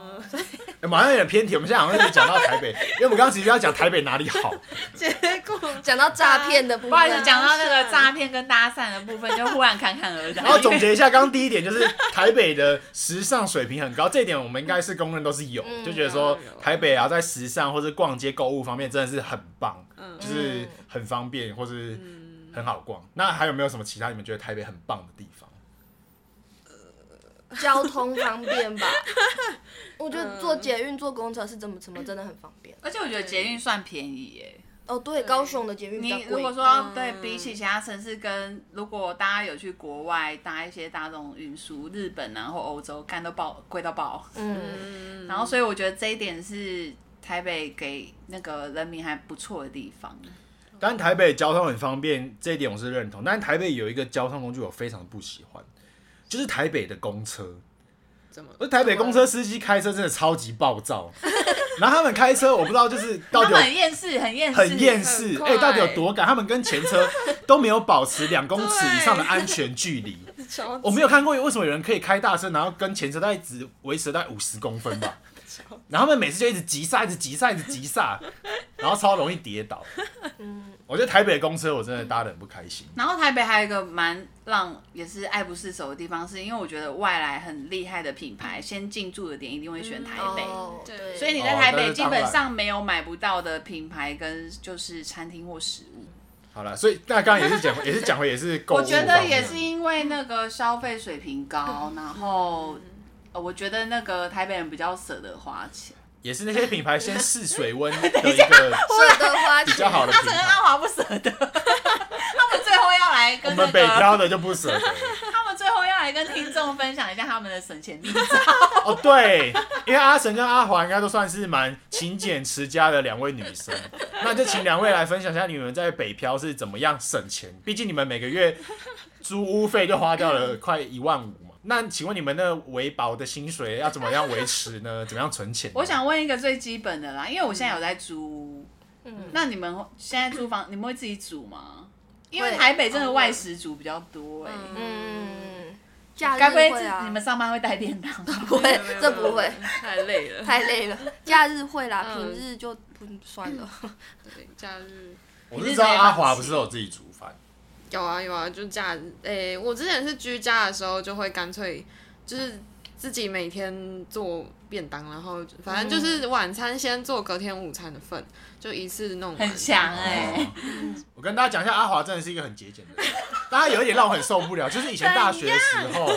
Speaker 2: 欸马上有点偏题，我们现在好像一直讲到台北，因为我们刚刚其实要讲台北哪里 好。
Speaker 5: 结果
Speaker 6: 讲到诈骗的部分，
Speaker 1: 不好意思，讲到那个诈骗跟搭讪的部分，就忽然侃侃而谈。
Speaker 2: 然后总结一下，刚刚第一点就是台北的时尚水平很高，这一点我们应该是公认都是有，
Speaker 6: 嗯
Speaker 2: 就觉得说
Speaker 5: 有有有
Speaker 2: 台北啊，在时尚或是逛街购物方面真的是很棒，
Speaker 5: 嗯
Speaker 2: 就是很方便或是很好逛。那还有没有什么其他你们觉得台北很棒的地方？
Speaker 6: 交通方便 吧。我觉
Speaker 1: 嗯
Speaker 6: 得坐捷运、坐公车是怎么怎么真的很方便。啊
Speaker 1: 而且我觉得捷运算便宜耶。
Speaker 6: 哦，对，高雄的捷运比较
Speaker 1: 你
Speaker 6: 贵。
Speaker 1: 如果说
Speaker 5: 嗯
Speaker 1: 对比起其他城市跟，如果大家有去国外搭一些大众运输，日本然后欧洲，干都爆贵到爆。
Speaker 6: 嗯，
Speaker 5: 嗯
Speaker 1: 然后所以我觉得这一点是台北给那个人民还不错的地方。
Speaker 2: 但台北交通很方便，这一点我是认同。但台北有一个交通工具我非常不喜欢，就是台北的公车。
Speaker 5: 怎么
Speaker 2: 而台北公车司机开车真的超级暴躁， 然后他们开车我不知道就是到
Speaker 1: 他们
Speaker 2: 底有
Speaker 1: 很厌世，很厌世，
Speaker 2: 很厌世
Speaker 5: 很，
Speaker 2: 哎、
Speaker 5: 快
Speaker 2: 到底有多赶？他们跟前车都没有保持两公尺以上的安全距离。
Speaker 5: 超
Speaker 2: 我没有看过为什么有人可以开大声，然后跟前车大概只维持在五十公 分吧。然后他们每次就一直急刹，一直急刹，一直急刹，然后超容易跌倒。
Speaker 1: 嗯
Speaker 2: 我觉得台北的公车我真的搭的很不开心。
Speaker 1: 然后台北还有一个蛮让也是爱不释手的地方，是因为我觉得外来很厉害的品牌，先进驻的点一定会选台北，
Speaker 6: 哦，
Speaker 5: 对
Speaker 6: 对，
Speaker 1: 所以你在台
Speaker 2: 哦那
Speaker 1: 北
Speaker 2: 是
Speaker 1: 基
Speaker 2: 当然
Speaker 1: 本上没有买不到的品牌跟就是餐厅或食物。
Speaker 2: 好了，所以那刚刚也是 讲，也是讲回也是购物
Speaker 1: 我
Speaker 2: 方面。
Speaker 1: 觉得也是因为那个消费水平高，然后。呃我觉得那个台北人比较舍得花钱，
Speaker 2: 也是那些品牌先试 水温的一个
Speaker 6: 舍得花
Speaker 2: 比
Speaker 6: 钱。
Speaker 2: 较好的
Speaker 1: 阿
Speaker 2: 品
Speaker 1: 成跟
Speaker 2: 牌
Speaker 1: 阿。华不舍得， 他们最后要来
Speaker 2: 我
Speaker 1: 跟那
Speaker 2: 们北
Speaker 1: 个，
Speaker 2: 漂的就不舍得。
Speaker 1: 他们最后要来跟听众分享一下他们的省钱 秘籍。
Speaker 2: 哦，对，因为阿神跟阿华应该都算是蛮勤俭持家的两位女 生，那就请两位来分享一下你们在北漂是怎么样省钱。毕竟你们每个月租屋费就花掉了快一万五嘛，那请问你们那维保的薪水要怎么样维持呢？怎么样存钱呢？
Speaker 1: 我想问一个最基本的啦，因为我现在有在租屋，
Speaker 6: 嗯
Speaker 1: 那你们现在租房，你们会自己煮吗？因为
Speaker 6: 会哦
Speaker 1: 台北真的外食煮比较多哎、欸，
Speaker 6: 嗯，假日
Speaker 1: 该、不会
Speaker 6: 会啊？
Speaker 1: 自你们上班会带便当吧？
Speaker 6: 不会，这不会，
Speaker 5: 太累了，
Speaker 6: 太累了。假日会啦，
Speaker 5: 嗯
Speaker 6: 平日就不算了。
Speaker 5: 对假日
Speaker 2: 我是知道阿华不是都有自己煮饭，
Speaker 5: 有啊有啊，就假日诶、我之前是居家的时候就会干脆就是自己每天做便当，然后反正就是晚餐先做隔天午餐的份，就一次
Speaker 6: 啊
Speaker 5: 弄完
Speaker 1: 很强哎、
Speaker 2: 哦我跟大家讲一下，阿华真的是一个很节俭的人， 但他有一点让我很受不了，就是以前大学的时候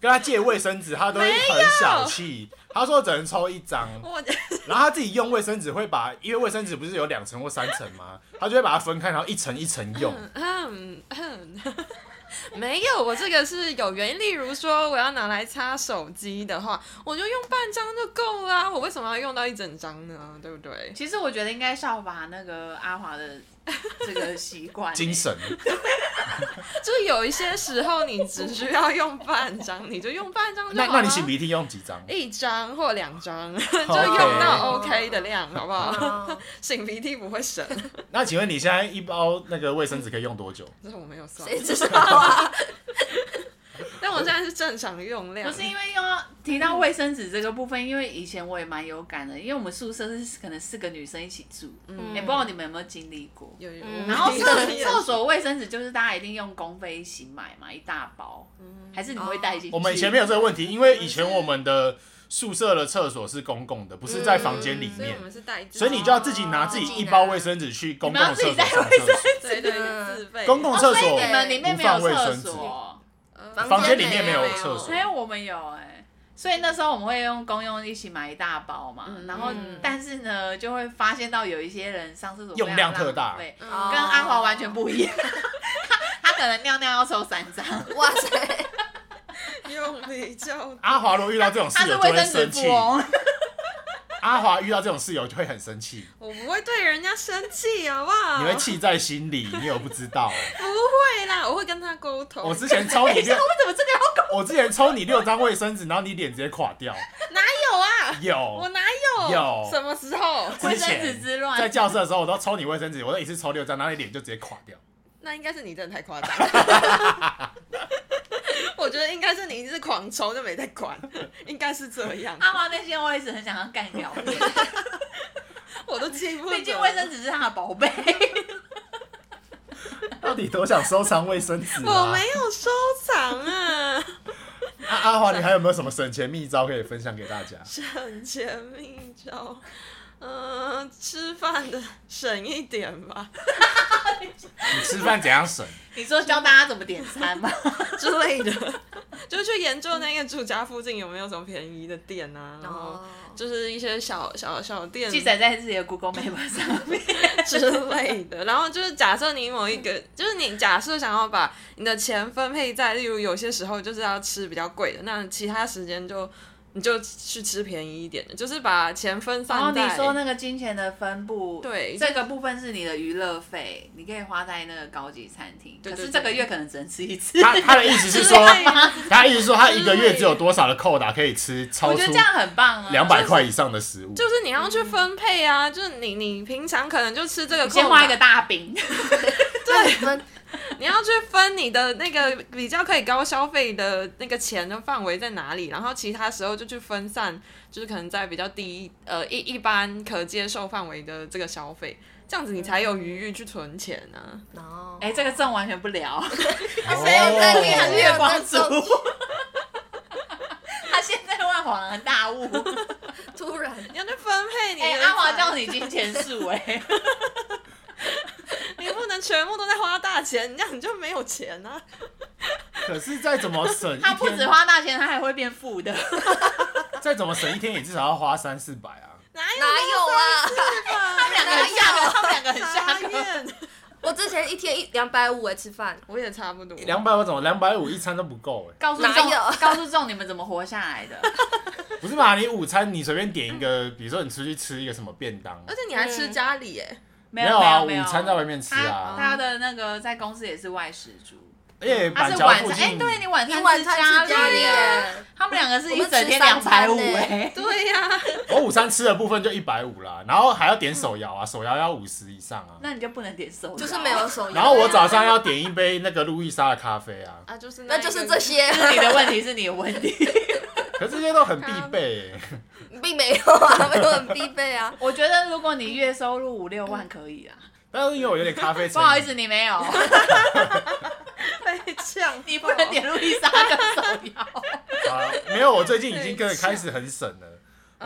Speaker 2: 跟他借卫生纸，他都会很小气，他说只能抽一张，
Speaker 5: 我
Speaker 2: 然后他自己用卫生纸会把，因为卫生纸不是有两层或三层吗？他就会把它分开，然后一层一层用。
Speaker 5: 嗯嗯， 没有，我这个是有原因。例如说，我要拿来擦手机的话，我就用半张就够啦、我为什么要用到一整张呢？对不对？
Speaker 1: 其实我觉得应该效法那个阿华 的这个习惯、欸，
Speaker 2: 精神，
Speaker 5: 嗯就是有一些时候你只需要用半张，你就用半张就
Speaker 2: 那
Speaker 5: 好
Speaker 2: 那你
Speaker 5: 啦
Speaker 2: 擤鼻涕用几张？
Speaker 5: 一张或两张， 就用到 OK 的量，好不好？
Speaker 1: 嗯
Speaker 6: 啊
Speaker 5: 擤鼻涕不会省，
Speaker 2: 那请问你现在
Speaker 1: 嗯
Speaker 2: 一包那个卫生纸可以用多久？
Speaker 5: 这我没有算。
Speaker 6: 谁知道啊？
Speaker 5: 但我现在是正常用量，
Speaker 1: 不是因为又要提到卫生纸这个部分，因为以前我也蛮有感的，因为我们宿舍是可能四个女生一起住，也、嗯哎不知道你们有没有经历过。
Speaker 5: 有有，
Speaker 6: 嗯
Speaker 1: 然 后厕
Speaker 5: 有
Speaker 1: 厕所卫生纸就是大家一定用公费一起买嘛，一大包，
Speaker 6: 嗯
Speaker 1: 还是你们会带进去？
Speaker 2: 哦我们以前没有这个问题，因为以前我们的宿舍的厕所是公共的，不是在房间里
Speaker 5: 所以
Speaker 2: 面
Speaker 5: 我，们嗯是带自己，
Speaker 2: 所以你就要自己拿自己一包卫生纸去公共的厕所上厕所。
Speaker 5: 对对对自费
Speaker 2: 公共厕
Speaker 1: 哦所
Speaker 2: 所
Speaker 1: 以你们里面没有厕所，
Speaker 5: 嗯
Speaker 2: 房间
Speaker 6: 里面
Speaker 2: 没有
Speaker 5: 没
Speaker 2: 厕所
Speaker 1: 所以我们有哎、所以那时候我们会用公用一起买一大包嘛，然后但是呢，就会发现到有一些人上厕所
Speaker 2: 用量特大
Speaker 1: 对，
Speaker 5: 嗯
Speaker 1: 跟阿华完全不一样。 他他可能尿尿要抽三张，
Speaker 6: 哇塞，
Speaker 5: 用力较
Speaker 2: 阿华如果遇到这种
Speaker 1: 他
Speaker 2: 室
Speaker 1: 是
Speaker 2: 友就
Speaker 1: 卫
Speaker 2: 会
Speaker 1: 生纸哦
Speaker 2: 生气
Speaker 1: 富，翁。
Speaker 2: 阿华遇到这种室友就会很生气，
Speaker 5: 我不会对人家生气，好不
Speaker 1: 哦
Speaker 5: 好？
Speaker 2: 你会气在心里，你有不知道。
Speaker 5: 不会啦，我会跟他沟通。
Speaker 2: 我之前抽
Speaker 1: 哦
Speaker 2: 你
Speaker 1: 哎你说
Speaker 2: 六，
Speaker 1: 为什么这个要搞？
Speaker 2: 我之前抽你六张卫生纸，然后你脸直接垮掉。
Speaker 5: 哪有啊？我
Speaker 2: 有
Speaker 5: 哪有？
Speaker 2: 哦有
Speaker 5: 什么时候？
Speaker 1: 卫生
Speaker 2: 之
Speaker 1: 纸
Speaker 2: 前
Speaker 1: 之乱，
Speaker 2: 在教室的时候，我都抽你卫生纸，我都一次抽六张，然后你脸就直接垮掉。
Speaker 5: 那应该是你真的太夸张。 我觉得应该是你一直狂抽就没在管，应该是这样。
Speaker 1: 阿华那些我一直很想要干掉，
Speaker 5: 我都记不得。
Speaker 1: 毕竟卫生纸是他的宝贝。
Speaker 2: 到底多想收藏卫生纸啊
Speaker 5: 我没有收藏啊，
Speaker 2: 阿阿华，你还有没有什么省钱秘招可以分享给大 家？
Speaker 5: 省钱秘招。嗯、吃饭的省一点吧
Speaker 2: 你吃饭怎样省？
Speaker 1: 你说教大家怎么点餐吗？
Speaker 5: 之类的， 就是去研究那个住家附近有没有什么便宜的店啊，然后
Speaker 1: 哦
Speaker 5: 就是一些小小小店
Speaker 1: 记载在自己的 Google Map 上面。
Speaker 5: 之类的。然后就是假设你某一个，
Speaker 1: 嗯
Speaker 5: 就是你假设想要把你的钱分配在，例如有些时候就是要吃比较贵的，那其他时间就你就去吃便宜一点的，就是把钱分
Speaker 1: 然后
Speaker 5: 散
Speaker 1: 哦你
Speaker 5: 在。
Speaker 1: 说那个金钱的分布，
Speaker 5: 对
Speaker 1: 这个部分是你的娱乐费，你可以花在那个高级餐厅。
Speaker 5: 对对
Speaker 1: 可
Speaker 5: 对
Speaker 1: 是这个月可能只能吃一次。
Speaker 2: 他他的意思是
Speaker 5: 之
Speaker 2: 说，
Speaker 5: 类的
Speaker 2: 他的意思是说他一个月只有多少的扣打可以吃超
Speaker 1: 我
Speaker 2: 出
Speaker 1: 觉得这样很棒啊，
Speaker 2: 两百块以上的食物？
Speaker 5: 就是你要去分配啊，就是你你平常可能就吃这个
Speaker 1: 你
Speaker 5: 扣打，
Speaker 1: 先画一个大饼，
Speaker 6: 对，分
Speaker 5: 你要去分你的那个比较可以高消费的那个钱的范围在哪里，然后其他时候就去分散，就是可能在比较低呃一一般可接受范围的这个消费，这样子你才有余裕去存钱啊。
Speaker 6: 然后
Speaker 1: 哎，这个证完全不
Speaker 5: 哦
Speaker 1: 聊，
Speaker 6: 在你
Speaker 1: 他
Speaker 6: 很
Speaker 1: 是
Speaker 2: 哦，
Speaker 1: 月光族， 他现在万恍然大悟。
Speaker 6: 突然
Speaker 5: 你要去分配你的
Speaker 1: 哎，
Speaker 5: 财，
Speaker 1: 阿华叫你金钱树，哎，
Speaker 5: 你不能全部都在花大钱，你这样你就没有钱啊。
Speaker 2: 可是再怎么省，
Speaker 1: 他
Speaker 2: 一
Speaker 1: 不止
Speaker 2: 天
Speaker 1: 花大钱，他还会变富的。
Speaker 2: 再怎么省一天也至少要花三四百啊。
Speaker 5: 哪
Speaker 6: 哪有啊？
Speaker 1: 他们两个很下格，他们两个很下
Speaker 5: 有
Speaker 1: 格。
Speaker 5: 傻眼？
Speaker 6: 我之前一天一两百五哎，吃饭
Speaker 5: 我也差不多。
Speaker 2: 两百我怎么两百五一餐都不够哎、
Speaker 1: 告诉
Speaker 6: 哪
Speaker 1: 众
Speaker 6: 有，
Speaker 1: 告诉众你们怎么活下来 的。
Speaker 2: 欸不是嘛？你午餐你随便点一个，比如说你出去吃一个什么便当
Speaker 5: 而，且你还吃家里耶、
Speaker 1: 没
Speaker 2: 有
Speaker 1: 没
Speaker 2: 啊，
Speaker 1: 有
Speaker 2: 午
Speaker 1: 没有
Speaker 2: 餐在外面吃
Speaker 1: 他
Speaker 2: 啊，
Speaker 1: 他的那个在公司也是外食族，
Speaker 2: 而且
Speaker 1: 他
Speaker 2: 板
Speaker 1: 是
Speaker 2: 桥
Speaker 1: 晚
Speaker 2: 附
Speaker 1: 餐哎，
Speaker 2: 近，
Speaker 1: 对你晚餐
Speaker 6: 你晚餐
Speaker 1: 家
Speaker 6: 吃家里
Speaker 1: 耶
Speaker 6: 耶，
Speaker 1: 他们两个是
Speaker 6: 我
Speaker 1: 一
Speaker 6: 们吃
Speaker 1: 整天两
Speaker 6: 三
Speaker 1: 百
Speaker 6: 餐
Speaker 1: 五
Speaker 6: 呢
Speaker 1: 哎，
Speaker 5: 对呀、
Speaker 2: 我午餐吃的部分就一百五啦，然后还要点手摇啊，手摇要五十以上啊。
Speaker 1: 那你就不能点手，
Speaker 6: 就是没有，手摇，
Speaker 2: 然后我早上要点一杯那个路易莎的咖啡啊，
Speaker 5: 啊，就是
Speaker 6: 那
Speaker 5: 一个
Speaker 6: 就是这些，
Speaker 1: 是你的问题，是你的问题。
Speaker 2: 可是这些都很必备、 欸。
Speaker 6: 并没有啊，没有很必备啊。
Speaker 1: 我觉得如果你月收入五六万可以啦，啊
Speaker 2: 但是因为我有点咖啡
Speaker 1: 不
Speaker 2: 成瘾，
Speaker 1: 好意思，你没有，
Speaker 5: 被 呛爆，
Speaker 1: 你不能点路易莎跟手摇。
Speaker 2: 啊，没有，我最近已经跟开始很省了。
Speaker 1: 啊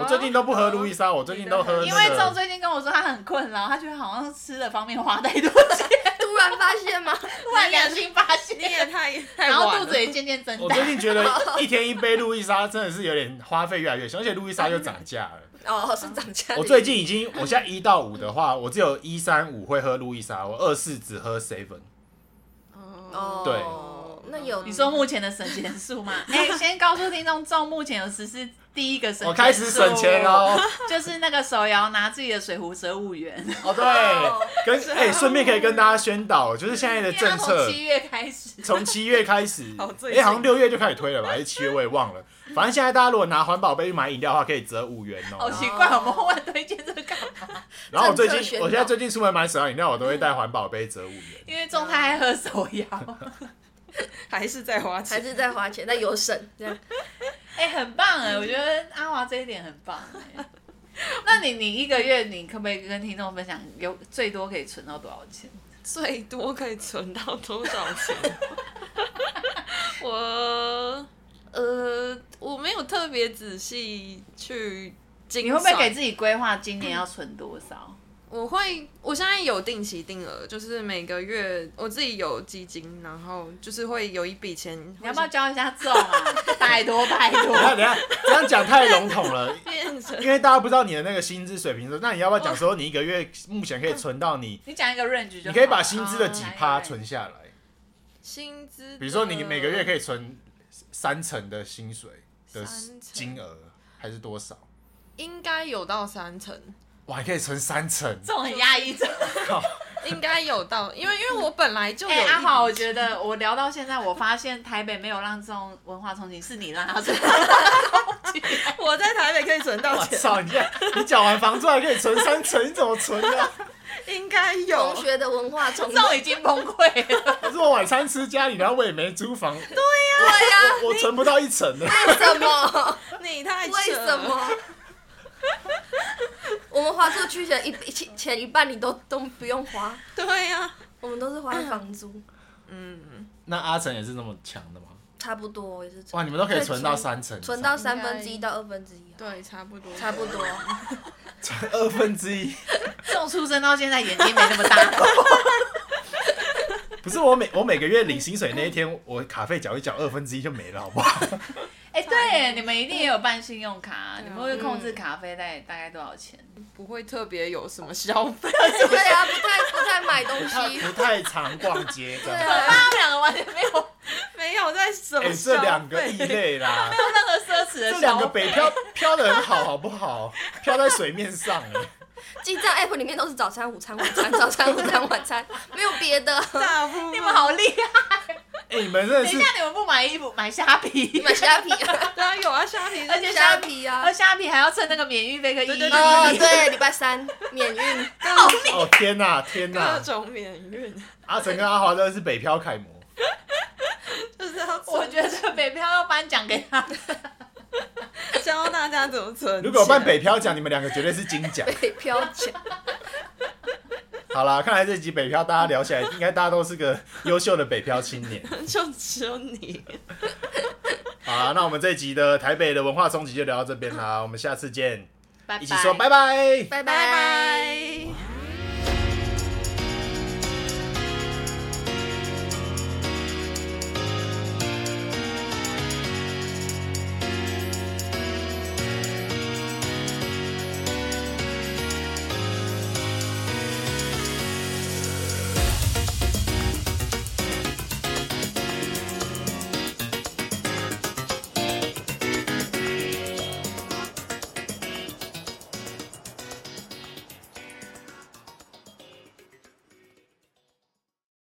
Speaker 2: 我最近都不喝路易莎，我最近都喝
Speaker 1: 哦因为
Speaker 2: 那
Speaker 1: 众
Speaker 2: 个。
Speaker 1: 最近跟我说他很困扰，他觉得好像吃的方面花太多钱，
Speaker 6: 突然发现吗？
Speaker 1: 突然 良心发
Speaker 5: 你也
Speaker 1: 现，
Speaker 5: 太太
Speaker 1: 然
Speaker 5: 晚
Speaker 1: 后肚
Speaker 5: 了
Speaker 1: 子也渐渐增
Speaker 2: 我
Speaker 1: 大
Speaker 2: 最。近觉 得一天一杯路易莎真的是有点花费越来越小，而且路易莎又涨 价了。
Speaker 6: 哦，是涨价。
Speaker 2: 我最近已经，我现在一到五的话，我只有一三五会喝路易莎，我二四只喝 seven。
Speaker 6: 哦，
Speaker 5: 对
Speaker 6: 那有
Speaker 1: 你说目前的省钱术 吗？哎、先告诉听众，众目前有实施第一个省钱，
Speaker 2: 我开始省钱，哦喽。
Speaker 1: 就是那个手摇拿自己的水壶折五元，
Speaker 2: 哦，对， 跟哎，顺、便可以跟大家宣导，就是现在的
Speaker 1: 啊因为他
Speaker 2: 哎政
Speaker 1: 从
Speaker 2: 策，
Speaker 1: 七月开始，
Speaker 2: 从七月开始，
Speaker 5: 好最
Speaker 2: 哎、
Speaker 5: 近
Speaker 2: 好像六月就开始推了吧，还是七月我也忘了。反正现在大家如果拿环保杯去买饮料的话，可以折五元哦、
Speaker 1: 好奇怪，我们忽然推荐这个干嘛？
Speaker 2: 然后我最
Speaker 6: 政策
Speaker 2: 近，
Speaker 6: 宣导
Speaker 2: 我现在最近出门买手摇饮料，我都会带环保杯折五元。
Speaker 1: 因为仲太爱喝手摇，
Speaker 3: 还是在花
Speaker 6: 还
Speaker 3: 钱。
Speaker 6: 是在花钱，但有省这样。
Speaker 1: 哎、很棒哎、我觉得阿华这一点很棒哎、那你你一个月你可不可以跟听众分享有最多可以存到多少钱？
Speaker 5: 最多可以存到多少钱？我呃，我没有特别仔细去精算。
Speaker 1: 你会不会给自己规划今年要存多少？
Speaker 5: 我会，我现在有定期定额，就是每个月我自己有基金，然后就是会有一笔钱。
Speaker 1: 你要不要教一下重啊？拜托拜
Speaker 2: 等一下
Speaker 1: 托，
Speaker 2: 等一下，这样讲太笼统了，
Speaker 5: 变成？
Speaker 2: 因为大家不知道你的那个薪资水平的时候，那你要不要讲说你一个月目前可以存到你，
Speaker 1: 你讲一个 range 就
Speaker 2: 你可以
Speaker 1: 好
Speaker 2: 把
Speaker 1: 了哦
Speaker 2: 薪资的几趴存下来？
Speaker 5: 薪资的，
Speaker 2: 比如说你每个月可
Speaker 5: 以
Speaker 2: 以存三成的薪水的
Speaker 5: 三成
Speaker 2: 金额，还是多少？
Speaker 5: 应该有到三成，
Speaker 2: 哇，还可以存三成，
Speaker 1: 这种很压抑，这 种
Speaker 5: 应该有到，因为因为我本来就有
Speaker 1: 哎、
Speaker 5: 一笔
Speaker 1: 阿华，我觉得我聊到现在，我发现台北没有让这种文化憧憬，是你让 他存。
Speaker 5: 我在台北可以存到
Speaker 2: 我
Speaker 5: 钱，
Speaker 2: 操！你看，你缴完房租还可以存三成，你怎么存的、啊？
Speaker 5: 应该有啊
Speaker 6: 同。学的文化冲
Speaker 1: 这
Speaker 6: 动，
Speaker 1: 种已经崩溃了。
Speaker 2: 可是我晚餐吃家里，然后我也没租房。对呀、我我存不到一成的。
Speaker 6: 为什么？
Speaker 5: 你太扯
Speaker 6: 为什？么？我们花出去的一一前前一半你都都不用花，
Speaker 5: 对啊呀、
Speaker 6: 我们都是花在房租，
Speaker 5: 嗯，
Speaker 2: 那阿成也是那么强的吗？
Speaker 6: 差不多也是
Speaker 2: 哇，你们都可以存到三成以上，
Speaker 6: 存到三分之一到二分之一啊，
Speaker 5: 对，差不多，
Speaker 6: 差不多。
Speaker 2: 存二分之一。
Speaker 1: 这种出生到现在眼睛没那么大，
Speaker 2: 不是我每我每个月领薪水那一天，我卡费缴一缴，二分之一就没了，好不好？
Speaker 1: 哎、对耶，你们一定也有办信用卡、你们会
Speaker 5: 嗯
Speaker 1: 控制卡费在大概多少钱？
Speaker 5: 不会特别有什么消费。
Speaker 6: 对啊，不太不太买东 西，
Speaker 2: 不太常逛街这
Speaker 6: 对
Speaker 2: 样。
Speaker 6: 啊，
Speaker 1: 他们两个完全没有
Speaker 5: 没有在什
Speaker 2: 哎、
Speaker 5: 么消费、
Speaker 2: 这两个异类啦，
Speaker 1: 任何奢侈的消
Speaker 2: 这两
Speaker 1: 费
Speaker 2: 个北漂漂的很好，好不好？漂在水面上哎、
Speaker 6: 记账 app 里面都是早餐、午餐、晚餐，早餐、午餐、晚 餐，没有别的。
Speaker 5: 大部分
Speaker 1: 你们好厉害！
Speaker 2: 哎、你们真的
Speaker 1: 等
Speaker 2: 是
Speaker 1: 一下，你们不买衣服，买虾 皮，
Speaker 6: 买虾皮，
Speaker 5: 对啊，有啊，虾皮是
Speaker 1: 而且
Speaker 6: 虾皮啊
Speaker 1: 而，虾皮还要趁那个免运费跟一一
Speaker 6: 啊，
Speaker 1: 一，
Speaker 6: 对，礼拜三免运，
Speaker 2: 哦天哪、天哪、
Speaker 5: 各种免运，
Speaker 2: 阿成跟阿华真的是北漂楷模。
Speaker 5: 就是要
Speaker 1: 我觉得北漂要颁奖给他。
Speaker 5: 得教大家怎么存。
Speaker 2: 如果办，北漂奖，你们两个绝对是金奖。
Speaker 6: 北漂钱。
Speaker 2: 好啦，看来这集北漂大家聊起来，应该大家都是个优秀的北漂青 年。
Speaker 5: 就只有你。
Speaker 2: 好啦，那我们这集的台北的文化冲击就聊到这边啦，我们下次见，
Speaker 1: 拜拜
Speaker 2: 一起说拜拜。
Speaker 5: 拜
Speaker 6: 拜
Speaker 5: 拜。